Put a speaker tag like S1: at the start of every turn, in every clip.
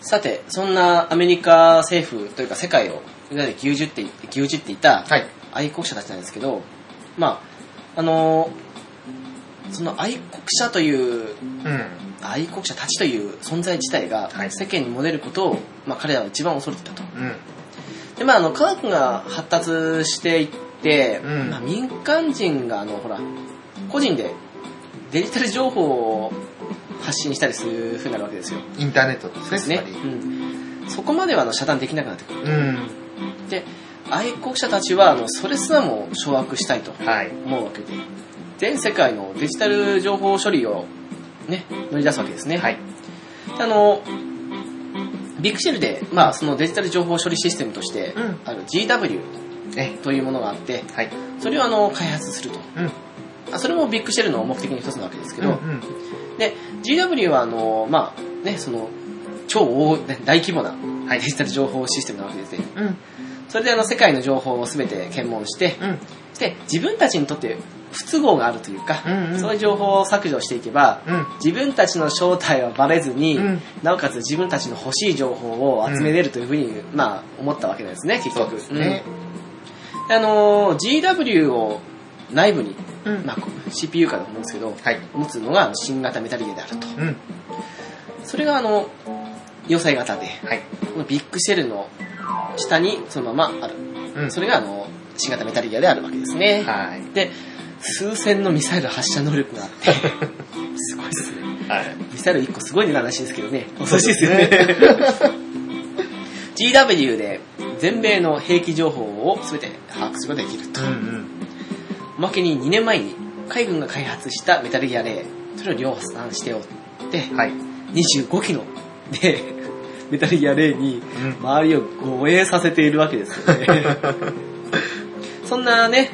S1: さて、そんなアメリカ政府というか世界をみんなで牛耳って、牛耳っていた
S2: はい。
S1: 愛国者たちなんですけど、まあ、あのーその愛国者という、
S2: うん。
S1: 愛国者たちという存在自体が
S2: はい
S1: 世間に漏れることを、まあ、彼らは一番恐れてたと。
S2: うん。
S1: で、まあ、あの、科学が発達していって、
S2: うん
S1: まあ、民間人が、あの、ほら、個人でデジタル情報を発信したりする風になるわけですよ。
S2: インターネットですね、
S1: ね
S2: つまり。。
S1: うん。そこまではあの遮断できなくなってくる。
S2: うん。
S1: で、愛国者たちは、あの、それすらも掌握したいと
S2: はい。
S1: 思うわけで、全世界のデジタル情報処理を、ね、乗り出すわけですね。
S2: はい。
S1: あの、ビクシェルで、まあ、そのデジタル情報処理システムとして、
S2: うん
S1: あの GW
S2: え、
S1: というものがあって、
S2: はい。
S1: それをあの開発すると。
S2: うん。
S1: あそれもビッグシェルの目的の一つなわけですけど、
S2: うん。
S1: で、GW はあの、まあ、ね、その、超大大規模な
S2: は
S1: デ
S2: い。
S1: ジタル情報システムなわけですね。
S2: うん。
S1: それであの世界の情報を全て検問して、
S2: うん。
S1: そして自分たちにとって不都合があるというか、
S2: うんうん
S1: そういう情報を削除していけば、
S2: うん。
S1: 自分たちの正体はバレずに、
S2: うん
S1: なおかつ自分たちの欲しい情報を集めれるというふうに、まあ、思ったわけなんですね、結
S2: そう
S1: 局。
S2: ですね。
S1: うんあのー GW を内部に、
S2: うん
S1: まあ、こう CPU かと思うんですけど、
S2: はい。
S1: 持つのが新型メタルゲーであると。
S2: うん。
S1: それが、あの、要塞型で、
S2: はい。
S1: このビッグシェルの下にそのままある。
S2: うん。
S1: それが、あの、新型メタルギアであるわけですね。
S2: はい。
S1: で、数千のミサイル発射能力があ って、すごいですね。
S2: はい。
S1: ミサイル1個すごい値段らしいですけどね。恐ろしいですよ ね。GW で全米の兵器情報を全て把握することができると。
S2: うん
S1: おまけに2年前に海軍が開発したメタルギアで、それを量産しておって、
S2: うん。はい。
S1: 25機の、で、メタルギア0に
S2: うん。
S1: 周りを護衛させているわけですよ ね。そんなね、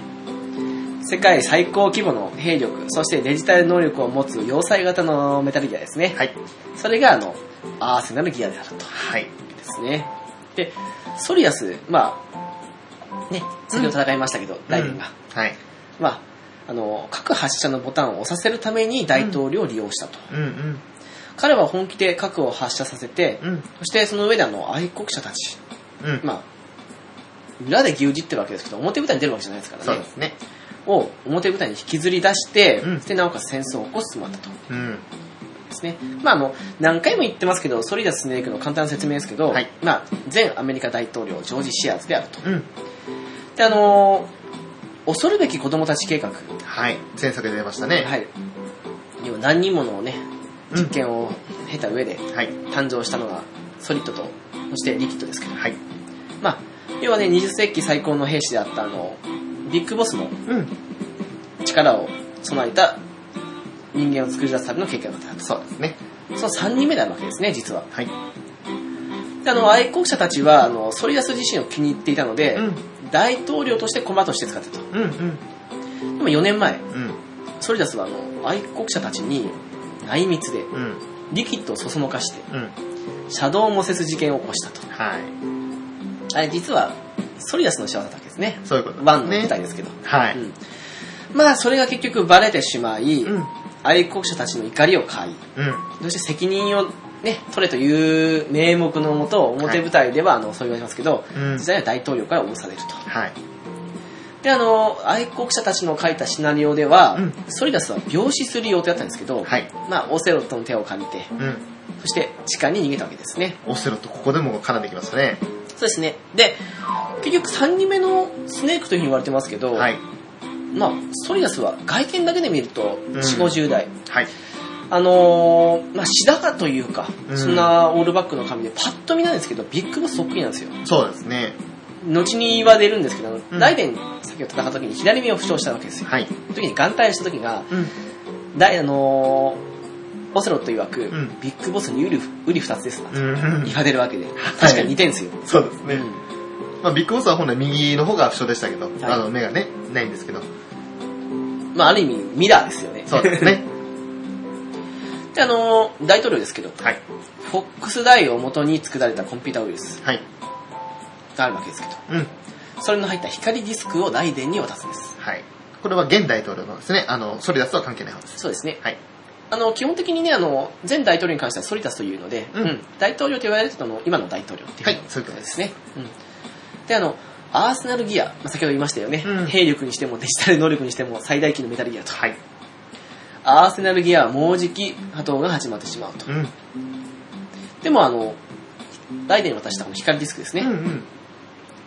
S1: 世界最高規模の兵力、そしてデジタル能力を持つ要塞型のメタルギアですね。
S2: はい。
S1: それがあの、アーセナルギアであると。
S2: はい。
S1: ですね。で、ソリアス、まあ、ね、先ほど戦いましたけど、大臣が。
S2: はい。
S1: まあ、あの、各発射のボタンを押させるために大統領を利用したと。
S2: うんうん。
S1: 彼は本気で核を発射させて、
S2: うん。
S1: そしてその上であの、愛国者たち、
S2: うん。
S1: まあ、裏で牛耳ってるわけですけど、表舞台に出るわけじゃないですから
S2: そう
S1: ね
S2: で。すね。
S1: を表舞台に引きずり出して、
S2: うん
S1: で、なおかつ戦争を起こすつもりだったと。
S2: うん。
S1: ですね。まああの、何回も言ってますけど、ソリダス・スネークの簡単な説明ですけど、
S2: はい
S1: まあ、前アメリカ大統領、ジョージ・シアーズであると。
S2: うん。
S1: で、あのー恐るべき子供たち計画。
S2: はい。前作で出ましたね。
S1: はい。要は何人ものね、
S2: うん
S1: 実験を経た上で
S2: はい。
S1: 誕生したのが、ソリッドと、そしてリキッドですけど、
S2: はい。
S1: まあ、要はね、20世紀最高の兵士であった、あの、ビッグボスの
S2: うん。
S1: 力を備えた人間を作り出すための計画である
S2: そうですね。
S1: と。その3人目なわけですね、実は。
S2: はい。
S1: であの愛国者たちはあのソリダス自身を気に入っていたので、
S2: うん。
S1: 大統領として駒として使ってたと
S2: うんうん。
S1: でも4年前
S2: うん。
S1: ソリダスはあの愛国者たちに内密で
S2: うん。
S1: リキッドをそそのかして
S2: うん。
S1: シャドウモセス事件を起こしたと
S2: はい。
S1: あれ実はソリダスの仕業だったわけですね
S2: そういうこと
S1: ワンの舞台ですけど、
S2: は
S1: う
S2: い。
S1: ん、まあそれが結局バレてしまい、
S2: うん。
S1: 愛国者たちの怒りを買い
S2: うん。
S1: そして責任をね、取れという名目のもと、表舞台では、あの、そう言われますけど、
S2: うん
S1: 実際は大統領から降ろされると。
S2: はい。
S1: で、あの、愛国者たちの書いたシナリオでは、
S2: うん
S1: ソリダスは病死する予定だったんですけど、
S2: はい。
S1: まあ、オセロットの手を借りて、
S2: うん。
S1: そして地下に逃げたわけですね。
S2: オセロとここでも絡んできましたね。
S1: そうですね。で、結局3人目のスネークというふうに言われてますけど、
S2: はい。
S1: まあ、ソリダスは外見だけで見ると、
S2: ん
S1: 4、50代。
S2: はい。
S1: あのーまあ、白髪というか、
S2: うん
S1: そんなオールバックの髪で、パッと見なんですけど、ビッグボスそっくりなんですよ。
S2: そうですね。
S1: 後には出るんですけど、
S2: うん
S1: ライデン、先ほど戦った時に左目を負傷したわけですよ。
S2: はい。
S1: 時に眼帯した時が、
S2: うん。
S1: だいあのーオセロット曰く、
S2: ん
S1: ビッグボスにウリウリ二つですな
S2: う
S1: と
S2: ん
S1: 言。われるわけで、確かに似てんすよ。
S2: そうですね。
S1: うん
S2: まあ、ビッグボスは本来右の方が負傷でしたけど、
S1: い
S2: あの、目がね、ないんですけど。
S1: まあ、ある意味、ミラーですよね。
S2: そうですね。
S1: で、あのー大統領ですけど、
S2: はい。
S1: フォックスダイを元に作られたコンピュータウイルス
S2: はい。
S1: があるわけですけ
S2: うん。
S1: ど、それの入った光ディスクをライデンに渡すんです。
S2: はい。これは現大統領のですね、あの、ソリダスとは関係ない方です。
S1: そうですね。
S2: はい。
S1: あの基本的にねあの前大統領に関してはソリタスというので、
S2: うん
S1: 大統領と言われてたの今の大統領っていう
S2: はいそういう
S1: こ
S2: ことと
S1: で
S2: です
S1: ね、うん、であのアーセナルギア、まあ、先ほど言いましたよね、
S2: うん
S1: 兵力にしてもデジタル能力にしても最大級のメタルギアと、
S2: はい。
S1: アーセナルギアはもうじき波動が始まってしまうと、
S2: うん。
S1: でもあのライデンに渡したこの光ディスクですね、
S2: うんうん。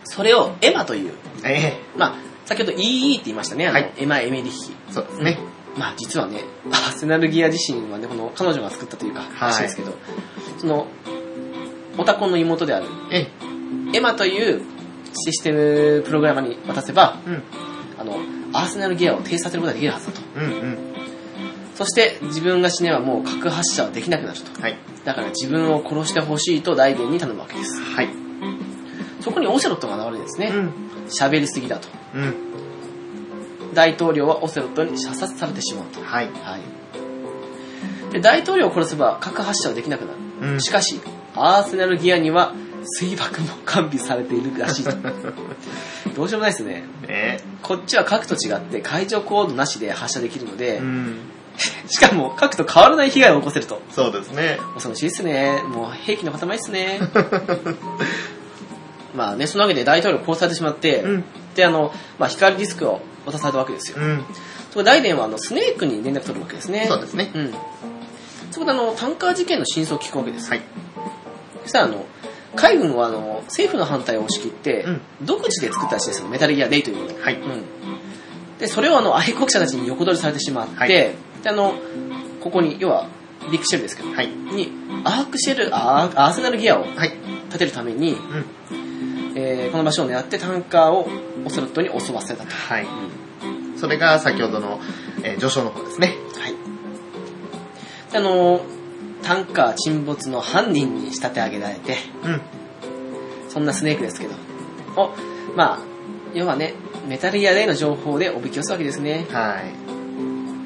S1: それをエマという
S2: え
S1: まあ先ほど EE って言いましたねあの、
S2: はい
S1: エマ・エメリッヒ
S2: えそうですね。
S1: まあ実はね、アーセナルギア自身はね、この彼女が作ったというか、
S2: い
S1: らしいですけど、その、オタコンの妹である、
S2: ええ
S1: エマというシステムプログラマーに渡せば、
S2: うん。
S1: あの、アーセナルギアを停止させることができるはずだと。
S2: うん
S1: そして自分が死ねばもう核発射はできなくなると。
S2: うん。はい。
S1: だから自分を殺してほしいとライデンに頼むわけです。
S2: はい。
S1: そこにオセロットが現れるんですね
S2: う。ん。
S1: 喋、りすぎだと。
S2: うん。
S1: 大統領はオセロットに射殺されてしまうと。
S2: はい。
S1: はい。で、大統領を殺せば核発射はできなくなる。
S2: うん。
S1: しかし、アーセナルギアには水爆も完備されているらしいと。 どうしようもないですね。
S2: え
S1: こっちは核と違って海上高度なしで発射できるの
S2: え
S1: で、
S2: うん。
S1: しかも核と変わらない被害を起こせると。
S2: そうですね。
S1: 恐ろしいですね。もう兵器の塊ですね。 まあね、そのわけで大統領殺されてしまって、
S2: うん。
S1: で、あの、まあ光ディスクを渡されたわけですよ。
S2: うん。
S1: そこでライデンはあのスネークに連絡取るわけですね。
S2: そうですね。
S1: うん。そこであの、タンカー事件の真相を聞くわけです。
S2: はい。
S1: そしたらあの、海軍はあの政府の反対を押し切って、
S2: うん
S1: 独自で作ったらしいですよ、メタルギアデイというものを。
S2: はい。
S1: うん、で、それをあの愛国者たちに横取りされてしまって、
S2: はい
S1: で、あの、ここに、要は、ビッグシェルですけど、
S2: はい。
S1: に、アークシェル、あアーセナルギアを
S2: はい。
S1: 立てるために、
S2: うん。
S1: えーこの場所を狙ってタンカーをオセロットに襲わせたと。
S2: はい。
S1: うん
S2: それが先ほどの、えー、序章の方ですね。
S1: はい。であの、タンカー沈没の犯人に仕立て上げられて、
S2: うん。
S1: そんなスネークですけど。を、まあ、要はね、メタルギアでの情報でおびき寄せたわけですね。
S2: はい。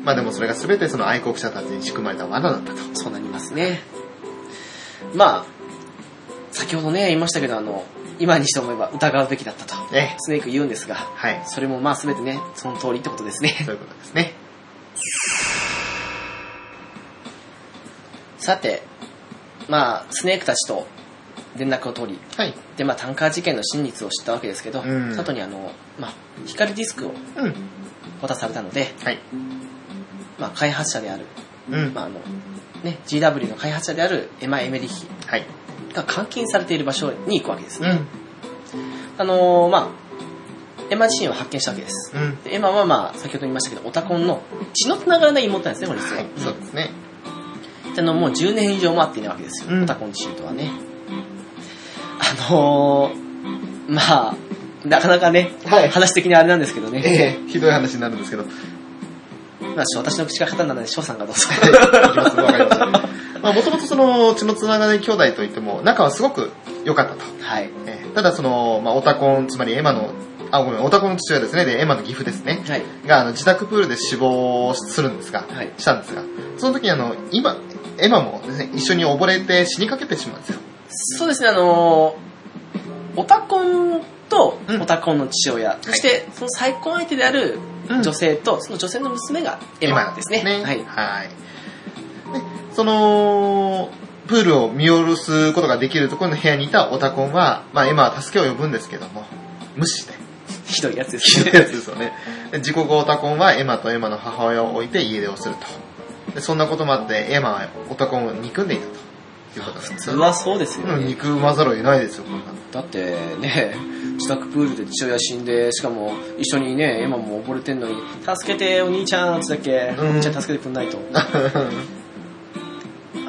S2: まあでもそれが全てその愛国者たちに仕組まれた罠だったと。
S1: そうなりますね。まあ、先ほどね、言いましたけど、あの、今にして思えば疑うべきだったと、
S2: ええ
S1: スネーク言うんですが、
S2: はい。
S1: それもまあ全てね、その通りってことですね。
S2: そういうことですね。
S1: さて、まあ、スネークたちと連絡を取り、
S2: はい。
S1: で、まあ、タンカー事件の真実を知ったわけですけど、
S2: うん
S1: その後にあの、まあ、光ディスクを
S2: うん。
S1: 渡されたので、
S2: はい。
S1: まあ、開発者である
S2: うん。
S1: まああのね、GW の開発者であるエマ・エメリヒ
S2: はい。
S1: が監禁されている場所に行くわけです
S2: う
S1: ね、
S2: ん。
S1: あのーまあエマ自身を発見したわけです
S2: うん。
S1: でエマはまあ先ほど言いましたけどオタコンの血のつながらない妹なんですねこれ実は、
S2: はい。そうですね。
S1: であのもう10年以上も会っていないわけですよ、
S2: うん
S1: オタコン自身とはねあのー、まあなかなかね、
S2: はい
S1: 話的にあれなんですけどね、
S2: ええひどい話になるんですけど。
S1: まあ、私の口が方なので翔さんがどうぞ
S2: わかりますわかり ます。まあ、もともとその、血のつながない兄弟といっても、仲はすごく良かったと。
S1: はい
S2: えーただその、まあ、オタコン、つまりエマの、あ、ごめん、オタコンの父親ですね、で、エマの義父ですね、
S1: はい
S2: が、あの、自宅プールで死亡するんですが、
S1: はい
S2: したんですが、その時にあの、今、エマもですね、一緒に溺れて死にかけてしまうんですよ。
S1: そうですね、あのーオタコンと
S2: うん
S1: オタコンの父親、そしてその再婚相手である女性と、その女性の娘がエマですね。
S2: ね。
S1: はい。
S2: はい。で、その、プールを見下ろすことができるところの部屋にいたオタコンは、まあ、エマは助けを呼ぶんですけども、無視して、
S1: ひどいやつで
S2: ひ
S1: す
S2: どい
S1: ね。
S2: やつですよね。で自国オタコンはエマとエマの母親を置いて家出をすると。でそんなこともあって、エマはオタコンを憎んでいたと。いうことなんです
S1: それ
S2: よね。
S1: はそうですよ
S2: うん
S1: ね。
S2: 憎まざるを得ないですよ、こんなの。
S1: だってね、 自宅プールで父親死んで、しかも一緒にね、エマも溺れてんのに、助けてお兄ちゃんってだっけ、
S2: うん
S1: お兄ちゃん助けてくんないと。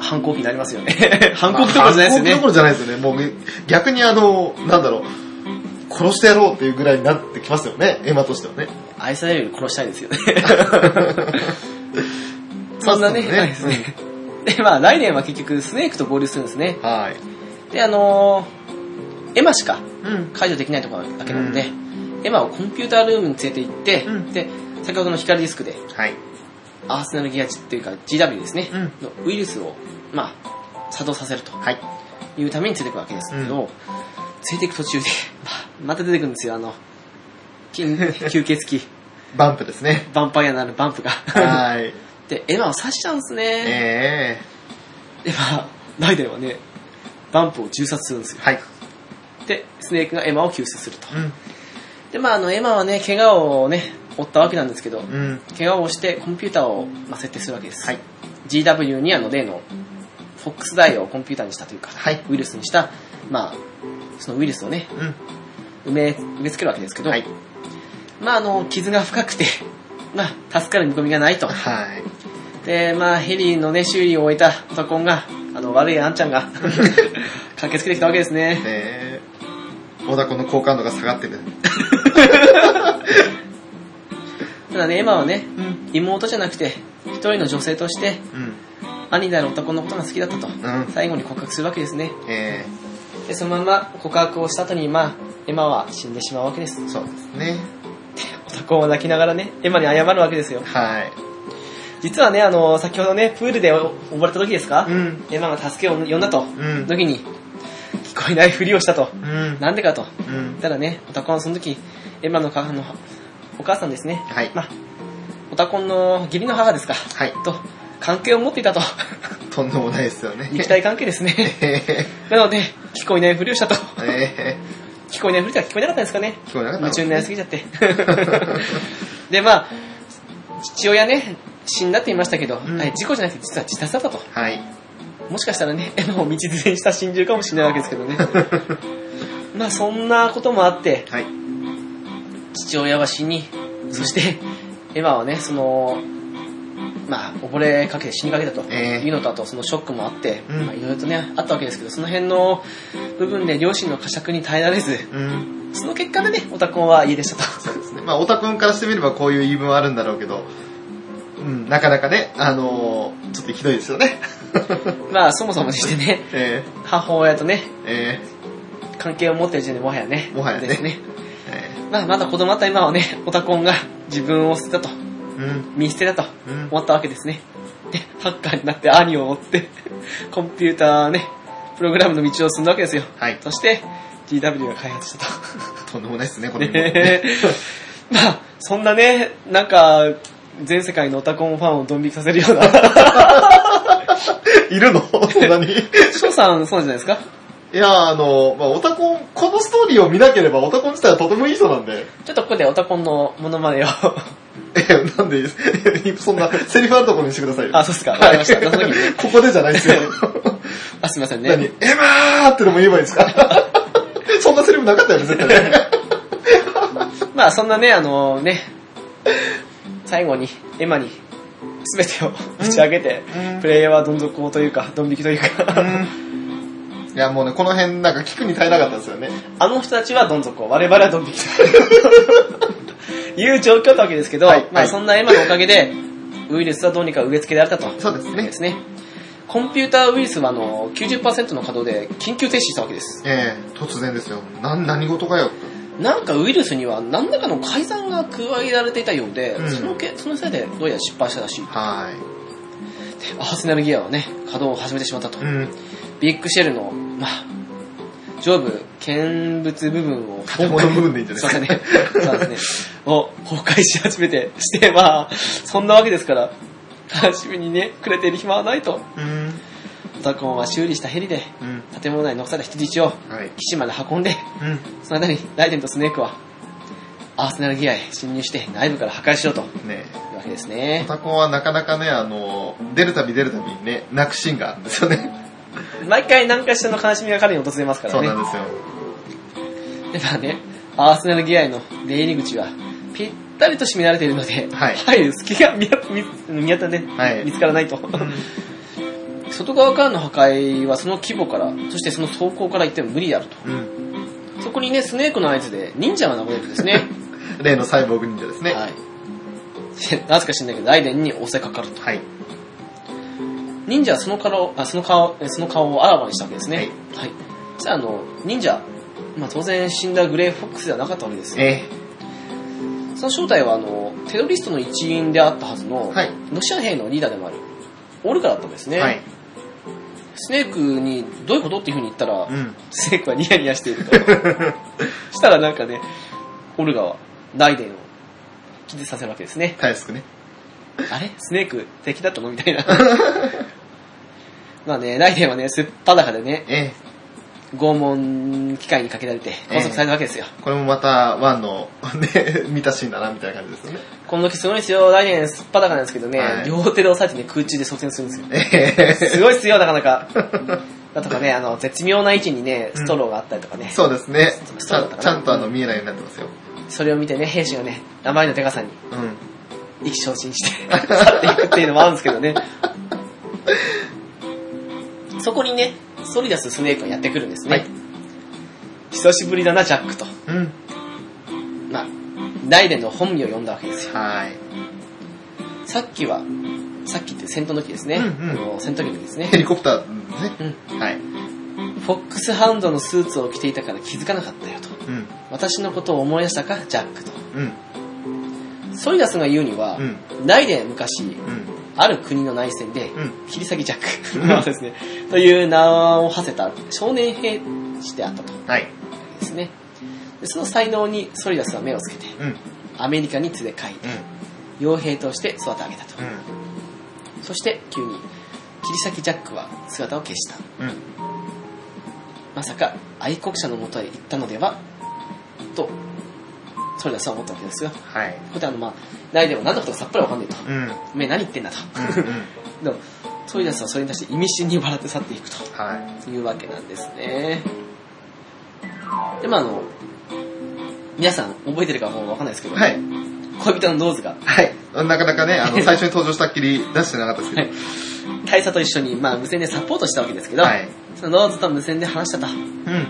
S1: 反抗期になりますよね。 反抗期とかじゃないですよ
S2: 反抗期どこ
S1: ね。
S2: ろじゃないですよね。もう逆にあの、なんだろう、殺してやろうっていうぐらいになってきますよね、エマとしてはね。
S1: 愛されるより殺したいですよね。 そんなね、
S2: まあ
S1: はいですね。で、まあ、ライデンは結局、スネークと合流するんですね。
S2: うんはい。
S1: で、あのーエマしか
S2: うん。
S1: 解除できないところだけなので、エマをコンピュータールームに連れて行って、
S2: うん
S1: で、先ほどの光ディスクで、
S2: はい。
S1: アーセナルギアチっていうか GW ですね、
S2: うん
S1: のウイルスを、まあ、作動させると
S2: はい。
S1: いうために連れて行くわけですけど、連れて行く途中で、 まあまた出てくるんですよ、あの、き 吸血鬼、
S2: バンプですね。
S1: ヴァンパイアのあるバンプが。
S2: はい。
S1: で、エマを刺したんですね。
S2: え
S1: エマ、ライデンはね、バンプを銃殺するんです
S2: え
S1: よ。
S2: はい。
S1: で、スネークがエマを救出すると。
S2: うん。
S1: で、まあ、あの、エマはね、怪我をね、負ったわけなんですけど、
S2: うん。
S1: 怪我をしてコンピューターを、まあ、設定するわけです。
S2: はい。
S1: GW にあの、例の、フォックスダイをコンピューターにしたというか、
S2: はい
S1: ウイルスにした、まあ、そのウイルスをね、
S2: う
S1: 埋め、埋め付けるわけですけ
S2: ん。
S1: ど、
S2: はい。
S1: まあ、あの、傷が深くて、 まあ、助かる見込みがないと。
S2: はい。
S1: で、まあ、ヘリのね、修理を終えたパコンが、あの、悪いあんちゃん が、駆けつけてきたわけですね。
S2: ええ小田子の好感度が下がってる。
S1: ただね、エマはね、
S2: うん。
S1: 妹じゃなくて、一人の女性として、
S2: うん。
S1: 兄である男のことが好きだったと、
S2: うん。
S1: 最後に告白するわけですね。
S2: え
S1: で、そのまま告白をした後に、まあ、エマは死んでしまうわけです
S2: え。そうですね。
S1: オタコンは泣きながらね、エマに謝るわけですよ。
S2: はい。
S1: 実はね、あの、先ほどね、プールでお溺れた時ですか、
S2: うん。
S1: エマが助けを呼んだと、
S2: うん。
S1: 時に、聞こえないふりをしたと。
S2: うん。
S1: なんでかと。
S2: うん。
S1: ただね、オタコンはその時、エマの母の、お母さんですね。
S2: はい。
S1: まあ、オタコンの義理の母ですか。
S2: はい。
S1: と、関係を持ってい たと。
S2: とんでもないですよね。
S1: 肉体関係ですね。
S2: ええ
S1: なので、聞こえないふりをしたと。
S2: え
S1: 聞こえないふりとか聞こえなかったんですかね。
S2: え聞こえなかった
S1: 夢中になりすぎち ゃって。で、まあ、父親ね、死んだって言いましたけど、
S2: ん
S1: はい事故じゃなくて実は自殺だったと。
S2: はい。
S1: もしかしたらね、 エマを道連れにした心中かもしれないわけですけど ね。まあ、そんなこともあって、
S2: はい。
S1: 父親は死に、そして、エマはね、その、まあ、溺れかけて死にかけたと
S2: ええ
S1: いうのと、あとそのショックもあって、
S2: うん
S1: まあいろいろとね、あったわけですけど、その辺の部分で両親の呵責に耐えられず、
S2: うん。
S1: その結果でね、オタコンは家出したと。
S2: そうですね。まあ、オタ君からしてみればこういう言い分はあるんだろうけど、うん、なかなかね、あのーちょっとひどいですよね。
S1: まあ、そもそもにしてね、
S2: え
S1: 母親とね、
S2: ええ
S1: 関係を持ってる時点でもはやね。
S2: もはやね
S1: ですね。
S2: ええ
S1: まあ、まだ子供だった今はね、オタコンが自分を捨てたと、
S2: えうん、
S1: 見捨てたと
S2: うん、
S1: 思ったわけですね。で、ハッカーになって兄を追って、コンピューターね、プログラムの道を進んだわけですよ。
S2: はい。
S1: そして、GW が開発した と。
S2: とんでもないですね、これも。
S1: で、まあ、そんなね、なんか、全世界のオタコンファンをドン引きさせるよう な。
S2: いるのそんなに。い
S1: 翔さん、そうじゃないですか
S2: や、あの、まあ、オタコン、このストーリーを見なければオタコン自体はとてもいい人なんで。
S1: ちょっとここでオタコンのモノマネを。
S2: ええなんでいい です、そんな、セリフあるところにしてくださいよ。
S1: あ、そうですか。わか
S2: は
S1: り
S2: い
S1: ました。その時に。
S2: ここでじゃないですよ。
S1: あ、すいません
S2: 何エ
S1: ね。
S2: マーってのも言えばいいですか そんなセリフなかったよね、絶対ね。
S1: まあ、そんなね、あのね、最後に、エマに、すべてを打ち上げて、
S2: うん
S1: プレイヤーはどん底というか、ドン引きというか、
S2: いや、もうね、この辺なんか聞くに耐えなかったですよね。
S1: あの人たちはどん底、我々はドン引きと いう状況だったわけですけど、
S2: はい
S1: ま
S2: は
S1: あ、
S2: い
S1: そんなエマのおかげで、ウイルスはどうにか植え付けられたと。
S2: そうです
S1: で。すね。コンピューターウイルスはあの90%の稼働で緊急停止したわけです。
S2: ええ突然ですよ。なん、何事かよ。
S1: なんかウイルスには何らかの改ざんが加えられていたようで、
S2: うん
S1: そのけそのせいでどうやら失敗したらしい。
S2: は
S1: アーセナルギアはね、稼働を始めてしまったと。
S2: ーい。うん。
S1: ビッグシェルの、まあ、上部、見物部分を、
S2: 建物部分でいいんじゃ
S1: そうだ
S2: ないで
S1: ね
S2: すか。。
S1: そうですね。を崩壊し始めて、して、まあ、そんなわけですから、楽しみにね、くれている暇はないと。
S2: うん。
S1: オタコンは修理したヘリで、
S2: うん。
S1: 建物内に残された人質を、
S2: はい。
S1: 基地まで運んで、
S2: うん。
S1: その間にライデンとスネークは、アーセナルギアへ侵入して内部から破壊しようという
S2: ね
S1: わけです
S2: え。オ
S1: ね。
S2: タコンはなかなかね、あの、出るたび出るたびにね、泣くシーンがあるんですよ ね。
S1: 毎回何かしらの悲しみが彼に訪れますか
S2: そ
S1: ら
S2: う
S1: ね。
S2: なんですよ。
S1: でまあね、アーセナルギアへの出入り口はぴったりと閉められているので、
S2: はい
S1: 入る隙が見見見当たね、
S2: はい
S1: 見つからないと。外側からの破壊はその規模から、そしてその走行から言っても無理であると。
S2: うん。
S1: そこにね、スネークの合図で忍者が流れるんですね。
S2: 例のサイボーグ忍者ですね。
S1: はい。 なぜか知んないけど、ライデンに襲いかかると。
S2: はい。
S1: 忍者はその顔あその顔えその顔をあらわにしたわけですね。は
S2: はいい。
S1: そしたらあの、忍者、まあ、当然死んだグレーフォックスではなかったわけですよ。
S2: え
S1: その正体はあの、テロリストの一員であったはずの、
S2: はい
S1: ロシア兵のリーダーでもある、オルガだったんです
S2: え
S1: ね。
S2: はい。
S1: スネークにどういうことっていうふうに言ったら、
S2: うん。
S1: スネークはニヤニヤしていると。 したらなんかね、オルガはライデンを気絶させるわけですね。
S2: たやすくね。
S1: あれスネーク敵だったのみたいな。 まあね、ライデンはね、すっぱだかでね、
S2: ええ
S1: 拷問機械にかけられて拘束されるわけですよ。
S2: これもまた、ワンの、ね、見たシーンだな、みたいな感じですよね。
S1: この時すごいですよ、ライデンすっぱだかなんですけどね、
S2: はい
S1: 両手で押さえてね、空中で側転するんですよ。
S2: え
S1: すごいっすよ、なかな か。だとかね、あの、絶妙な位置にね、ストローがあったりとか
S2: え
S1: ね、
S2: そうですね。ち
S1: そうだ
S2: ゃ
S1: ったか
S2: ん
S1: な
S2: ちゃんとあの、見えないようになってますよ。
S1: それを見てね、兵士がね、名前のデカさに
S2: うん。
S1: 意気消沈して去っていくっていうのもあるんですけどね。そこにね、ソリダス・スネークがやってくるんですね。
S2: はい
S1: 久しぶりだな、ジャックと。
S2: うん。
S1: まあ、ライデンの本名を呼んだわけですよ。
S2: はい。
S1: さっきは、さっきって戦闘の時ですね。
S2: うんう
S1: あ
S2: ん
S1: の戦闘機の時ですね
S2: ヘ。リコプターですね。
S1: うん。
S2: はい。
S1: フォックスハウンドのスーツを着ていたから気づかなかったよと。
S2: うん。
S1: 私のことを思い出したか、ジャックと。
S2: うん。
S1: ソリダスが言うには、
S2: うん。
S1: ライデン昔、
S2: うん。
S1: ある国の内戦で、
S2: うん。
S1: 切り裂きジ ャックまあですね、という名を馳せた少年兵士であったと
S2: はい。
S1: ですね。でその才能にソリダスは目をつけて、
S2: うん。うん。
S1: アメリカに連れ帰り、傭兵として育て上げたと。そして急に、切り裂きジャックは姿を消した。
S2: うん。
S1: まさか愛国者のもとへ行ったのではと、ソリダスは思ったわけですよ。こ
S2: はい。
S1: こであの、まあ、ないでも何のことかさっぱりわかんねえと。
S2: うん。うん。
S1: おめえ何言ってんだと。でも、ソリダスはそれに対して意味深に笑って去っていくと。
S2: は
S1: というわけなんですね。で、まああの、皆さん覚えてるかもうわかんないですけど、
S2: い。はい。
S1: 恋人のノーズが、
S2: はい。 なかなかね、あの、最初に登場したっきり出してなかったですけ
S1: 大佐と一緒に、まあ無線でサポートしたわけですけど、
S2: ど。はい。
S1: そのノーズと無線で話したと。
S2: うん。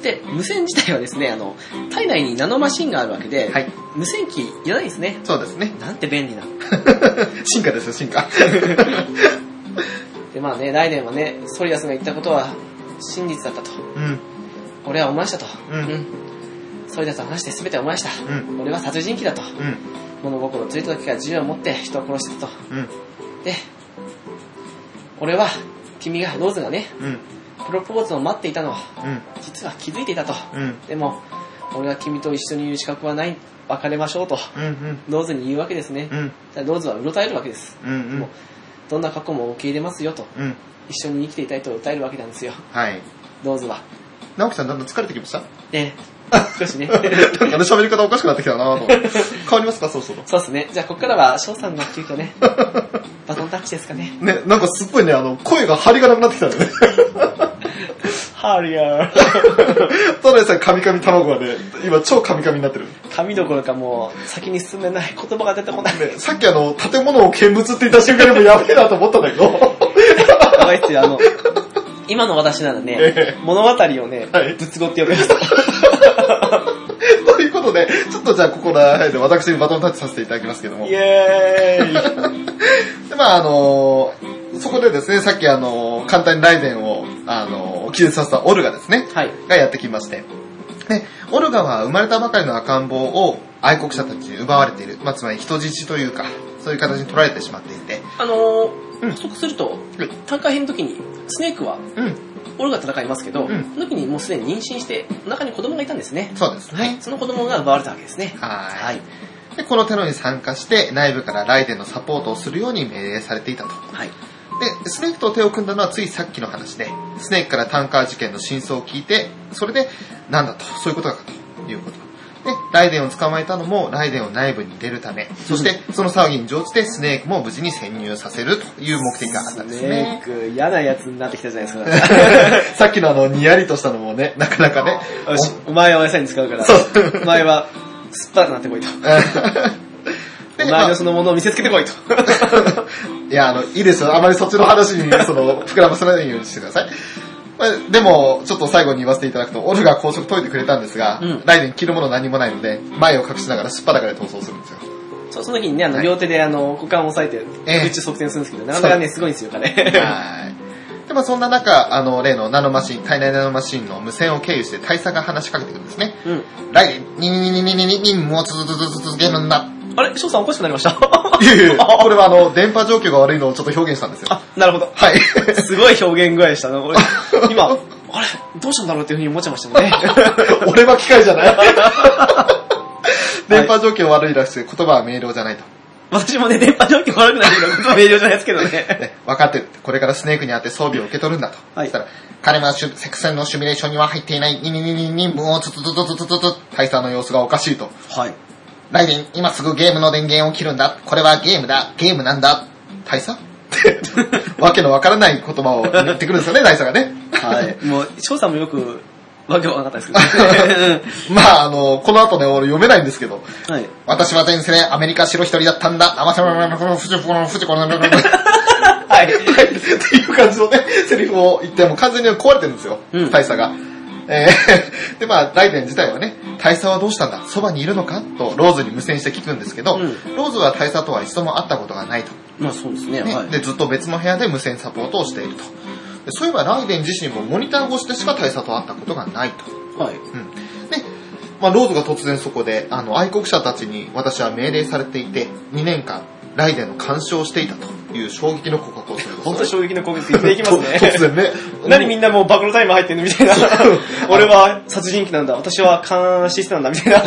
S1: で、無線自体はですね、あの、体内にナノマシンがあるわけで、
S2: はい。
S1: 無線機いらないですね。
S2: そうですね。
S1: なんて便利な。
S2: 進化ですよ、進 化。
S1: で、まあね、ライデンはね、ソリアスが言ったことは真実だったと。
S2: うん。
S1: 俺はお前したと。
S2: うん
S1: ソリアスと話して全てお前した。
S2: うん。
S1: 俺は殺人鬼だと。
S2: うん。
S1: 物心ついた時から銃を持って人を殺してたと。
S2: うん。
S1: で、俺は、君が、ローズがね、
S2: うん。
S1: プロポーズを待っていたのを、
S2: うん。
S1: 実は気づいていたと。
S2: うん。
S1: でも、俺は君と一緒にいる資格はない、別れましょうと、
S2: うん。うん。
S1: ローズに言うわけですね
S2: う。ん。
S1: だからローズはうろたえるわけです。
S2: うん。うん。
S1: どんな過去も受け入れますよと、
S2: うん。
S1: 一緒に生きていたいと歌えるわけなんですよ、
S2: はい。
S1: ローズは。
S2: 直樹さんだんだん疲れてきました
S1: ね少し ね。
S2: なんかね、喋り方おかしくなってきたなと。 変わりますか、そうそう。
S1: そうですね。じゃあ、ここからは、翔さんが急遽ね、バトンタッチですかね。
S2: ね、なんかすっごいね、あの、声が張りがなくなってきたんだよね。
S1: ハリアー。
S2: ただでさえカミカミ卵がね、今超カミカミになってる。
S1: 紙どころかもう、先に進めない言葉が出てこない。
S2: ね、さっきあの、建物を見物って言った瞬間にもやべえなと思ったんだけど。
S1: やばいっすよ、あの、今の私ならね
S2: え、
S1: 物語をね
S2: はい、
S1: 仏語って呼びました。
S2: ということで、ちょっとじゃあここら辺で私にバトンタッチさせていただきますけども。
S1: イエーイ
S2: で、まああのそこでですね、さっきあの簡単にライデンを、あの気絶させたオルガですね。
S1: はい。
S2: がやってきまして。で、オルガは生まれたばかりの赤ん坊を愛国者たちに奪われている。まあ、つまり人質というか、そういう形に取られてしまっていて。
S1: あの
S2: う
S1: ー、
S2: ん
S1: 補足すると
S2: はい、
S1: 短歌編の時に、スネークは、
S2: うん。
S1: オルガと戦いますけど、
S2: うん
S1: その時にもうすでに妊娠して、中に子供がいたんですね。
S2: そうですね。
S1: その子供が奪われたわけですね。
S2: はーい。
S1: はい。
S2: で、このテロに参加して、内部からライデンのサポートをするように命令されていたと。
S1: はい。
S2: で、スネークと手を組んだのはついさっきの話で、スネークからタンカー事件の真相を聞いて、それで、なんだと、そういうことかということ。で、ライデンを捕まえたのも、ライデンを内部に出るため、そして、その騒ぎに乗じて、スネークも無事に潜入させるという目的があったんですね。
S1: ク、嫌なやつになってきたじゃないですか。
S2: さっきのあの、にやりとしたのもね、なかなかね。
S1: よしお前はお野菜に使うから、お前は、酸っぱくなってこ いと。
S2: で
S1: お前のそのものを見せつけてこいと。
S2: いや、あの、いいですよ。あまりそっちの話に、その、膨らませないようにしてください。まあでも、ちょっと最後に言わせていただくと、オルが公職解いてくれたんですが、
S1: うん
S2: 来年着るもの何もないので、前を隠しながらすっぱだかで逃走するんですよ。
S1: そうその時にね、あの、
S2: はい
S1: 両手で、あの、股間を押さえて、
S2: ええ
S1: 空中側転するんですけど、なかなかね、すごいんですよ、 彼。
S2: はい。で、まあそんな中、あの、例のナノマシン、体内ナノマシンの無線を経由して大佐が話しかけてくるんですね。
S1: うん。
S2: 来年、ににににににににもう続続続続けるんだ。
S1: あれ翔さんおかしくなりました
S2: いやいやいやこれはあの、電波状況が悪いのをちょっと表現したんですよ。
S1: あ、なるほど。
S2: はい。
S1: すごい表現具合でしたね、 俺。今、あれどうしたんだろうっていうふうに思っちゃいましたもんね。
S2: 俺は機械じゃない電波状況悪いらしくて言葉は明瞭じゃないと。
S1: 私もね、電波状況悪くなるのは明瞭じゃないですけどね。
S2: ね、分かってるって。これからスネークに会って装備を受け取るんだと。
S1: はい
S2: そしたら、彼はシュセクセンのシミュレーションには入っていない、ににににに、もうつつつつつつつ、大佐の様子がおかしいと。
S1: はい。
S2: ライデン、今すぐゲームの電源を切るんだ。これはゲームだ。ゲームなんだ。大佐って、わけのわからない言葉を言ってくるんですよね、大佐がね。
S1: はい。もう、翔さんもよく、わけわかんなかったですけど、ね。
S2: まあ、あの、この後ね、俺読めないんですけど、
S1: はい。
S2: 私は前世でアメリカ白一人だったんだ。あまさまのこのフジコのフジコのののの
S1: はい。
S2: はい、っていう感じのね、セリフを言って、もう完全に壊れてるんですよ、
S1: うん
S2: 大佐が。えーで、まあ、ライデン自体はね、大佐はどうしたんだそばにいるのかと、ローズに無線して聞くんですけど、
S1: うん
S2: ローズは大佐とは一度も会ったことがないと。
S1: まあそうですね。
S2: ね
S1: はい。
S2: で、ずっと別の部屋で無線サポートをしていると。でそういえば、ライデン自身もモニター越しでしか大佐と会ったことがないと。
S1: はい。
S2: うんで、まあ、ローズが突然そこで、あの、愛国者たちに私は命令されていて、2年間、ライデンの干渉をしていたという衝撃の告白をするんですよ
S1: 本当に衝撃の攻撃でいきます
S2: と突
S1: ね。
S2: 然ね。
S1: 何みんなもう暴露タイム入ってんのみたいな。 俺は殺人鬼なんだ。私は監視室なんだ。みたいな。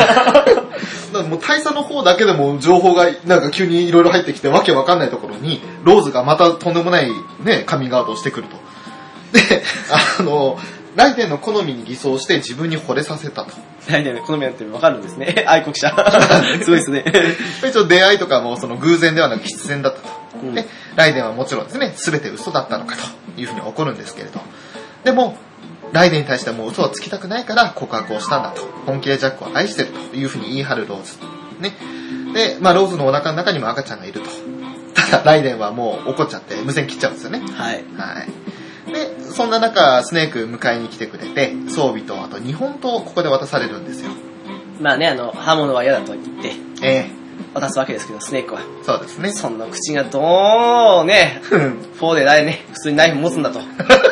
S2: なもう大佐の方だけでも情報がなんか急にいろいろ入ってきてわけわかんないところに、ローズがまたとんでもないね、カミングアウトをしてくると。で、あの、ライデンの好みに偽装して自分に惚れさせたと。
S1: 何々、この目やってわかるんですね。 愛国者。すごいですね。
S2: 一応出会いとかもその偶然ではなく必然だったと。
S1: うん
S2: で、ライデンはもちろんですね、全て嘘だったのかというふうに怒るんですけれど。でも、ライデンに対してはもう嘘をつきたくないから告白をしたんだと。本気でジャックを愛してるというふうに言い張るローズ。ね。で、まあローズのお腹の中にも赤ちゃんがいると。ただ、ライデンはもう怒っちゃって無線切っちゃうんですよね。
S1: はい。
S2: はい。で、そんな中、スネーク迎えに来てくれて、装備とあと日本刀をここで渡されるんですよ。
S1: まあね、あの、刃物は嫌だと言って
S2: え
S1: 渡すわけですけど、スネークは。
S2: えそうですね。
S1: そんな口がどう ね、フォーでないね、普通にナイフ持つんだと。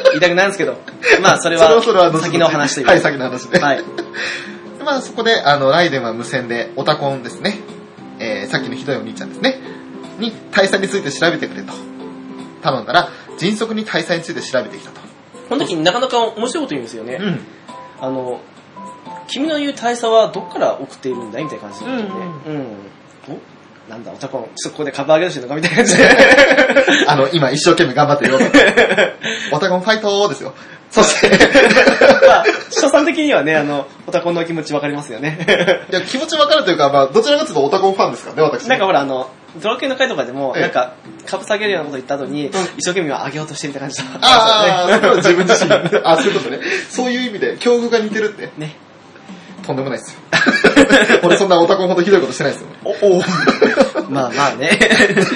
S1: 言いたくないんですけど。まあそれは、
S2: それは後々
S1: 先の話という
S2: はい、先の話ね。
S1: はい。
S2: でまあそこで、あの、ライデンは無線で、オタコンですね。えー、さっきのひどいお兄ちゃんですね。に、大佐について調べてくれと。頼んだら、迅速に大佐について調べてきたと。
S1: この時になかなか面白いこと言うんですよね。
S2: うん。
S1: あの、君の言う大佐はどっから送っているんだいみたいな感じで、ね。うん、おなんだ、おたこん、ちょっとここで株上げるしいのかみたいな感じで。
S2: あの、今一生懸命頑張ってるよ と。オタコンファイトーですよ。そして、
S1: まあ、所さん的にはね、あの、おたこのお気持ちわかりますよね。
S2: いや、気持ちわかるというか、まあ、どちらかというとオタコンファンですからね、私。
S1: なんかほら、あの、ドラクエの回とかでも、
S2: ええ
S1: なんか、株下げるようなこと言った後に、一生懸命上げようとしてみたいな感じだったんです
S2: ああ、
S1: よね
S2: 自分自身。あ、そういうことね。そういう意味で、境遇が似てるって、
S1: ね。
S2: とんでもないです よ。俺そんなオタコンほどひどいことしてないですよ。
S1: お、お まあまあね。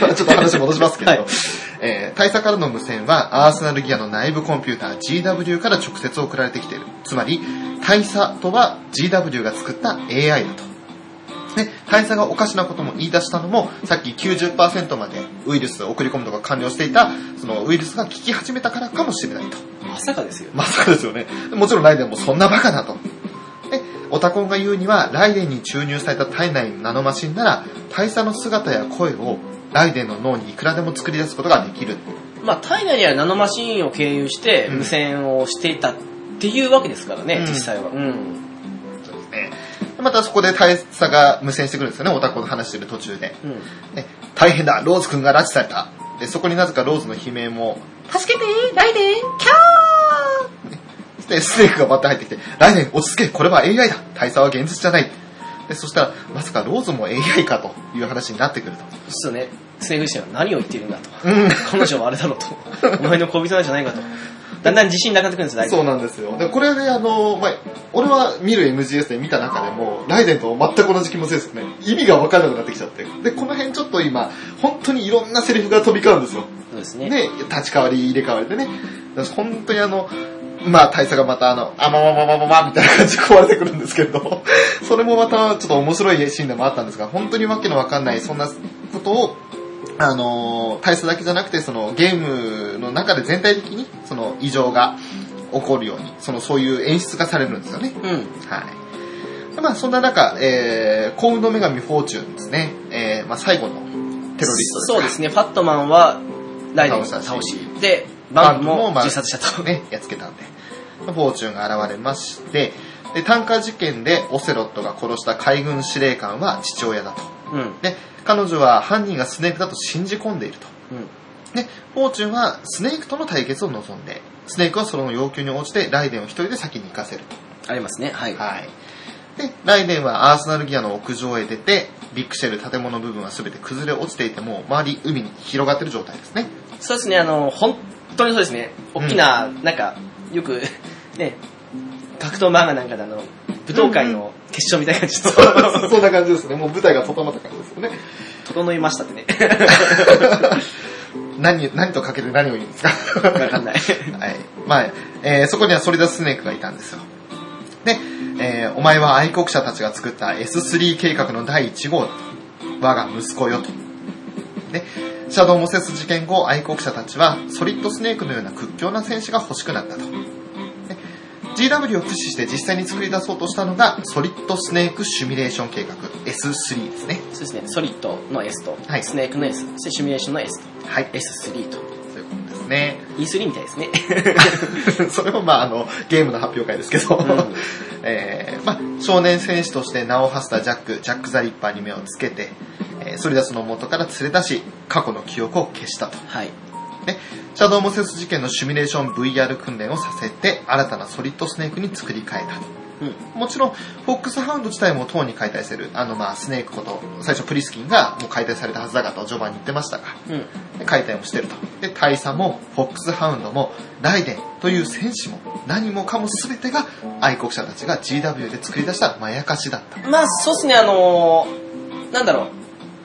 S2: ま あちょっと話戻しますけど、
S1: はい
S2: えー大佐からの無線はアーセナルギアの内部コンピューター GW から直接送られてきている。つまり、大佐とは GW が作った AI だと。で、大佐がおかしなことも言い出したのも、さっき90%までウイルスを送り込むとか完了していた、そのウイルスが効き始めたからかもしれないと。
S1: まさかですよ。
S2: まさかですよね。もちろんライデンもそんなバカだと。で、オタコンが言うには、ライデンに注入された体内のナノマシンなら、大佐の姿や声を、ライデンの脳にいくらでも作り出すことができる。
S1: まあ、体内にはナノマシンを経由して、
S2: うん
S1: 無線をしていたっていうわけですからね、
S2: うん
S1: 実際は。うん。
S2: そうですね。またそこで大佐が無線してくるんですよね、オタコンの話してる途中で。
S1: うん
S2: ね大変だ、ローズ君が拉致された。で、そこになぜかローズの悲鳴も、助けて、ライデン、キャーで、スネークがバッて入ってきて、ライデン、落ち着け、これは AI だ。大佐は現実じゃない。で、そしたら、まさかローズも AI かという話になってくると。
S1: そうね、セーフ自身は何を言っているんだと。
S2: うん。
S1: 彼女はあれだろうと。 お前の恋人なんじゃないかと。だんだん自信なくなってくるんです、大体
S2: そうなんですよ。で、これで、あの、まあ、俺は見る MGS で見た中でも、ライデンと全く同じ気持ちですよね。意味がわからなくなってきちゃって。で、この辺ちょっと今、本当にいろんなセリフが飛び交うんですよ。
S1: そうですね。
S2: ね、立ち代わり入れ替わりでね、だから本当にあの、まあ大佐がまたあの、あままままままみたいな感じで壊れてくるんですけれど、 それもまたちょっと面白いシーンでもあったんですが、本当にわけのわかんない、そんなことを、あのー、大佐だけじゃなくて、そのゲームの中で全体的に、その異常が起こるように、そのそういう演出がされるんですよね。
S1: うん。
S2: はい。でまあそんな中、えー、幸運の女神フォーチュンですね、えー、まあ最後のテロリスト
S1: そうですね、ファットマンは、ライデンを
S2: 倒
S1: 倒
S2: し
S1: し、
S2: たし
S1: で、バンプ
S2: バンプも
S1: も
S2: まあ
S1: 自殺したと。
S2: ね、やっつけたんで。フォーチュンが現れまして、で、タンカー事件でオセロットが殺した海軍司令官は父親だと。
S1: うん。
S2: で、彼女は犯人がスネークだと信じ込んでいると。
S1: うん。
S2: で、フォーチュンはスネークとの対決を望んで、スネークはその要求に応じてライデンを一人で先に行かせると。
S1: ありますね。はい。
S2: はい。で、ライデンはアーセナルギアの屋上へ出て、ビッグシェル建物部分は全て崩れ落ちていても、周り海に広がってる状態ですね。
S1: そうですね、あの、本当にそうですね。大きな、なんか、よく、ね、格闘漫画なんかであの、武道会の決勝みたいな感じで、
S2: そんな感じですね。もう舞台が整った感じですよね。
S1: 整いましたって ね。
S2: 何、何とかけて何を言うんですか
S1: わかんない。
S2: はい。まあ、えーそこにはソリダスネークがいたんですよ。で、えーお前は愛国者たちが作った S3 計画の第1号だと。我が息子よと。で、シャドウモセス事件後、愛国者たちはソリッドスネークのような屈強な戦士が欲しくなったと。で GW を駆使して実際に作り出そうとしたのが、ソリッドスネークシミュレーション計画 S3 ですね。
S1: そうですね、ソリッドの S と、
S2: はい
S1: スネークの S、そしてシミュレーションの S と、
S2: はい。
S1: S3 と、
S2: そういうことですね。
S1: E3 みたいですね。
S2: それもまああの、ゲームの発表会ですけど、
S1: ん
S2: えーまあ、少年戦士として名を馳せたジャック、ジャック・ザ・リッパーに目をつけて、えー、ソリダスの元から連れ出し、過去の記憶を消したと。
S1: はい。
S2: ね、シャドウ・モセス事件のシミュレーション VR 訓練をさせて、新たなソリッド・スネークに作り変えたと。
S1: うん。
S2: もちろん、フォックスハウンド自体もとうに解体してる、あのまあ、スネークこと、最初プリスキンがもう解体されたはずだがと序盤に言ってましたが、
S1: うん。
S2: で解体もしてると。で、大佐も、フォックスハウンドも、ライデンという戦士も、何もかも全てが愛国者たちが GW で作り出したまやかしだった。
S1: まあ、そうですね、あのーなんだろ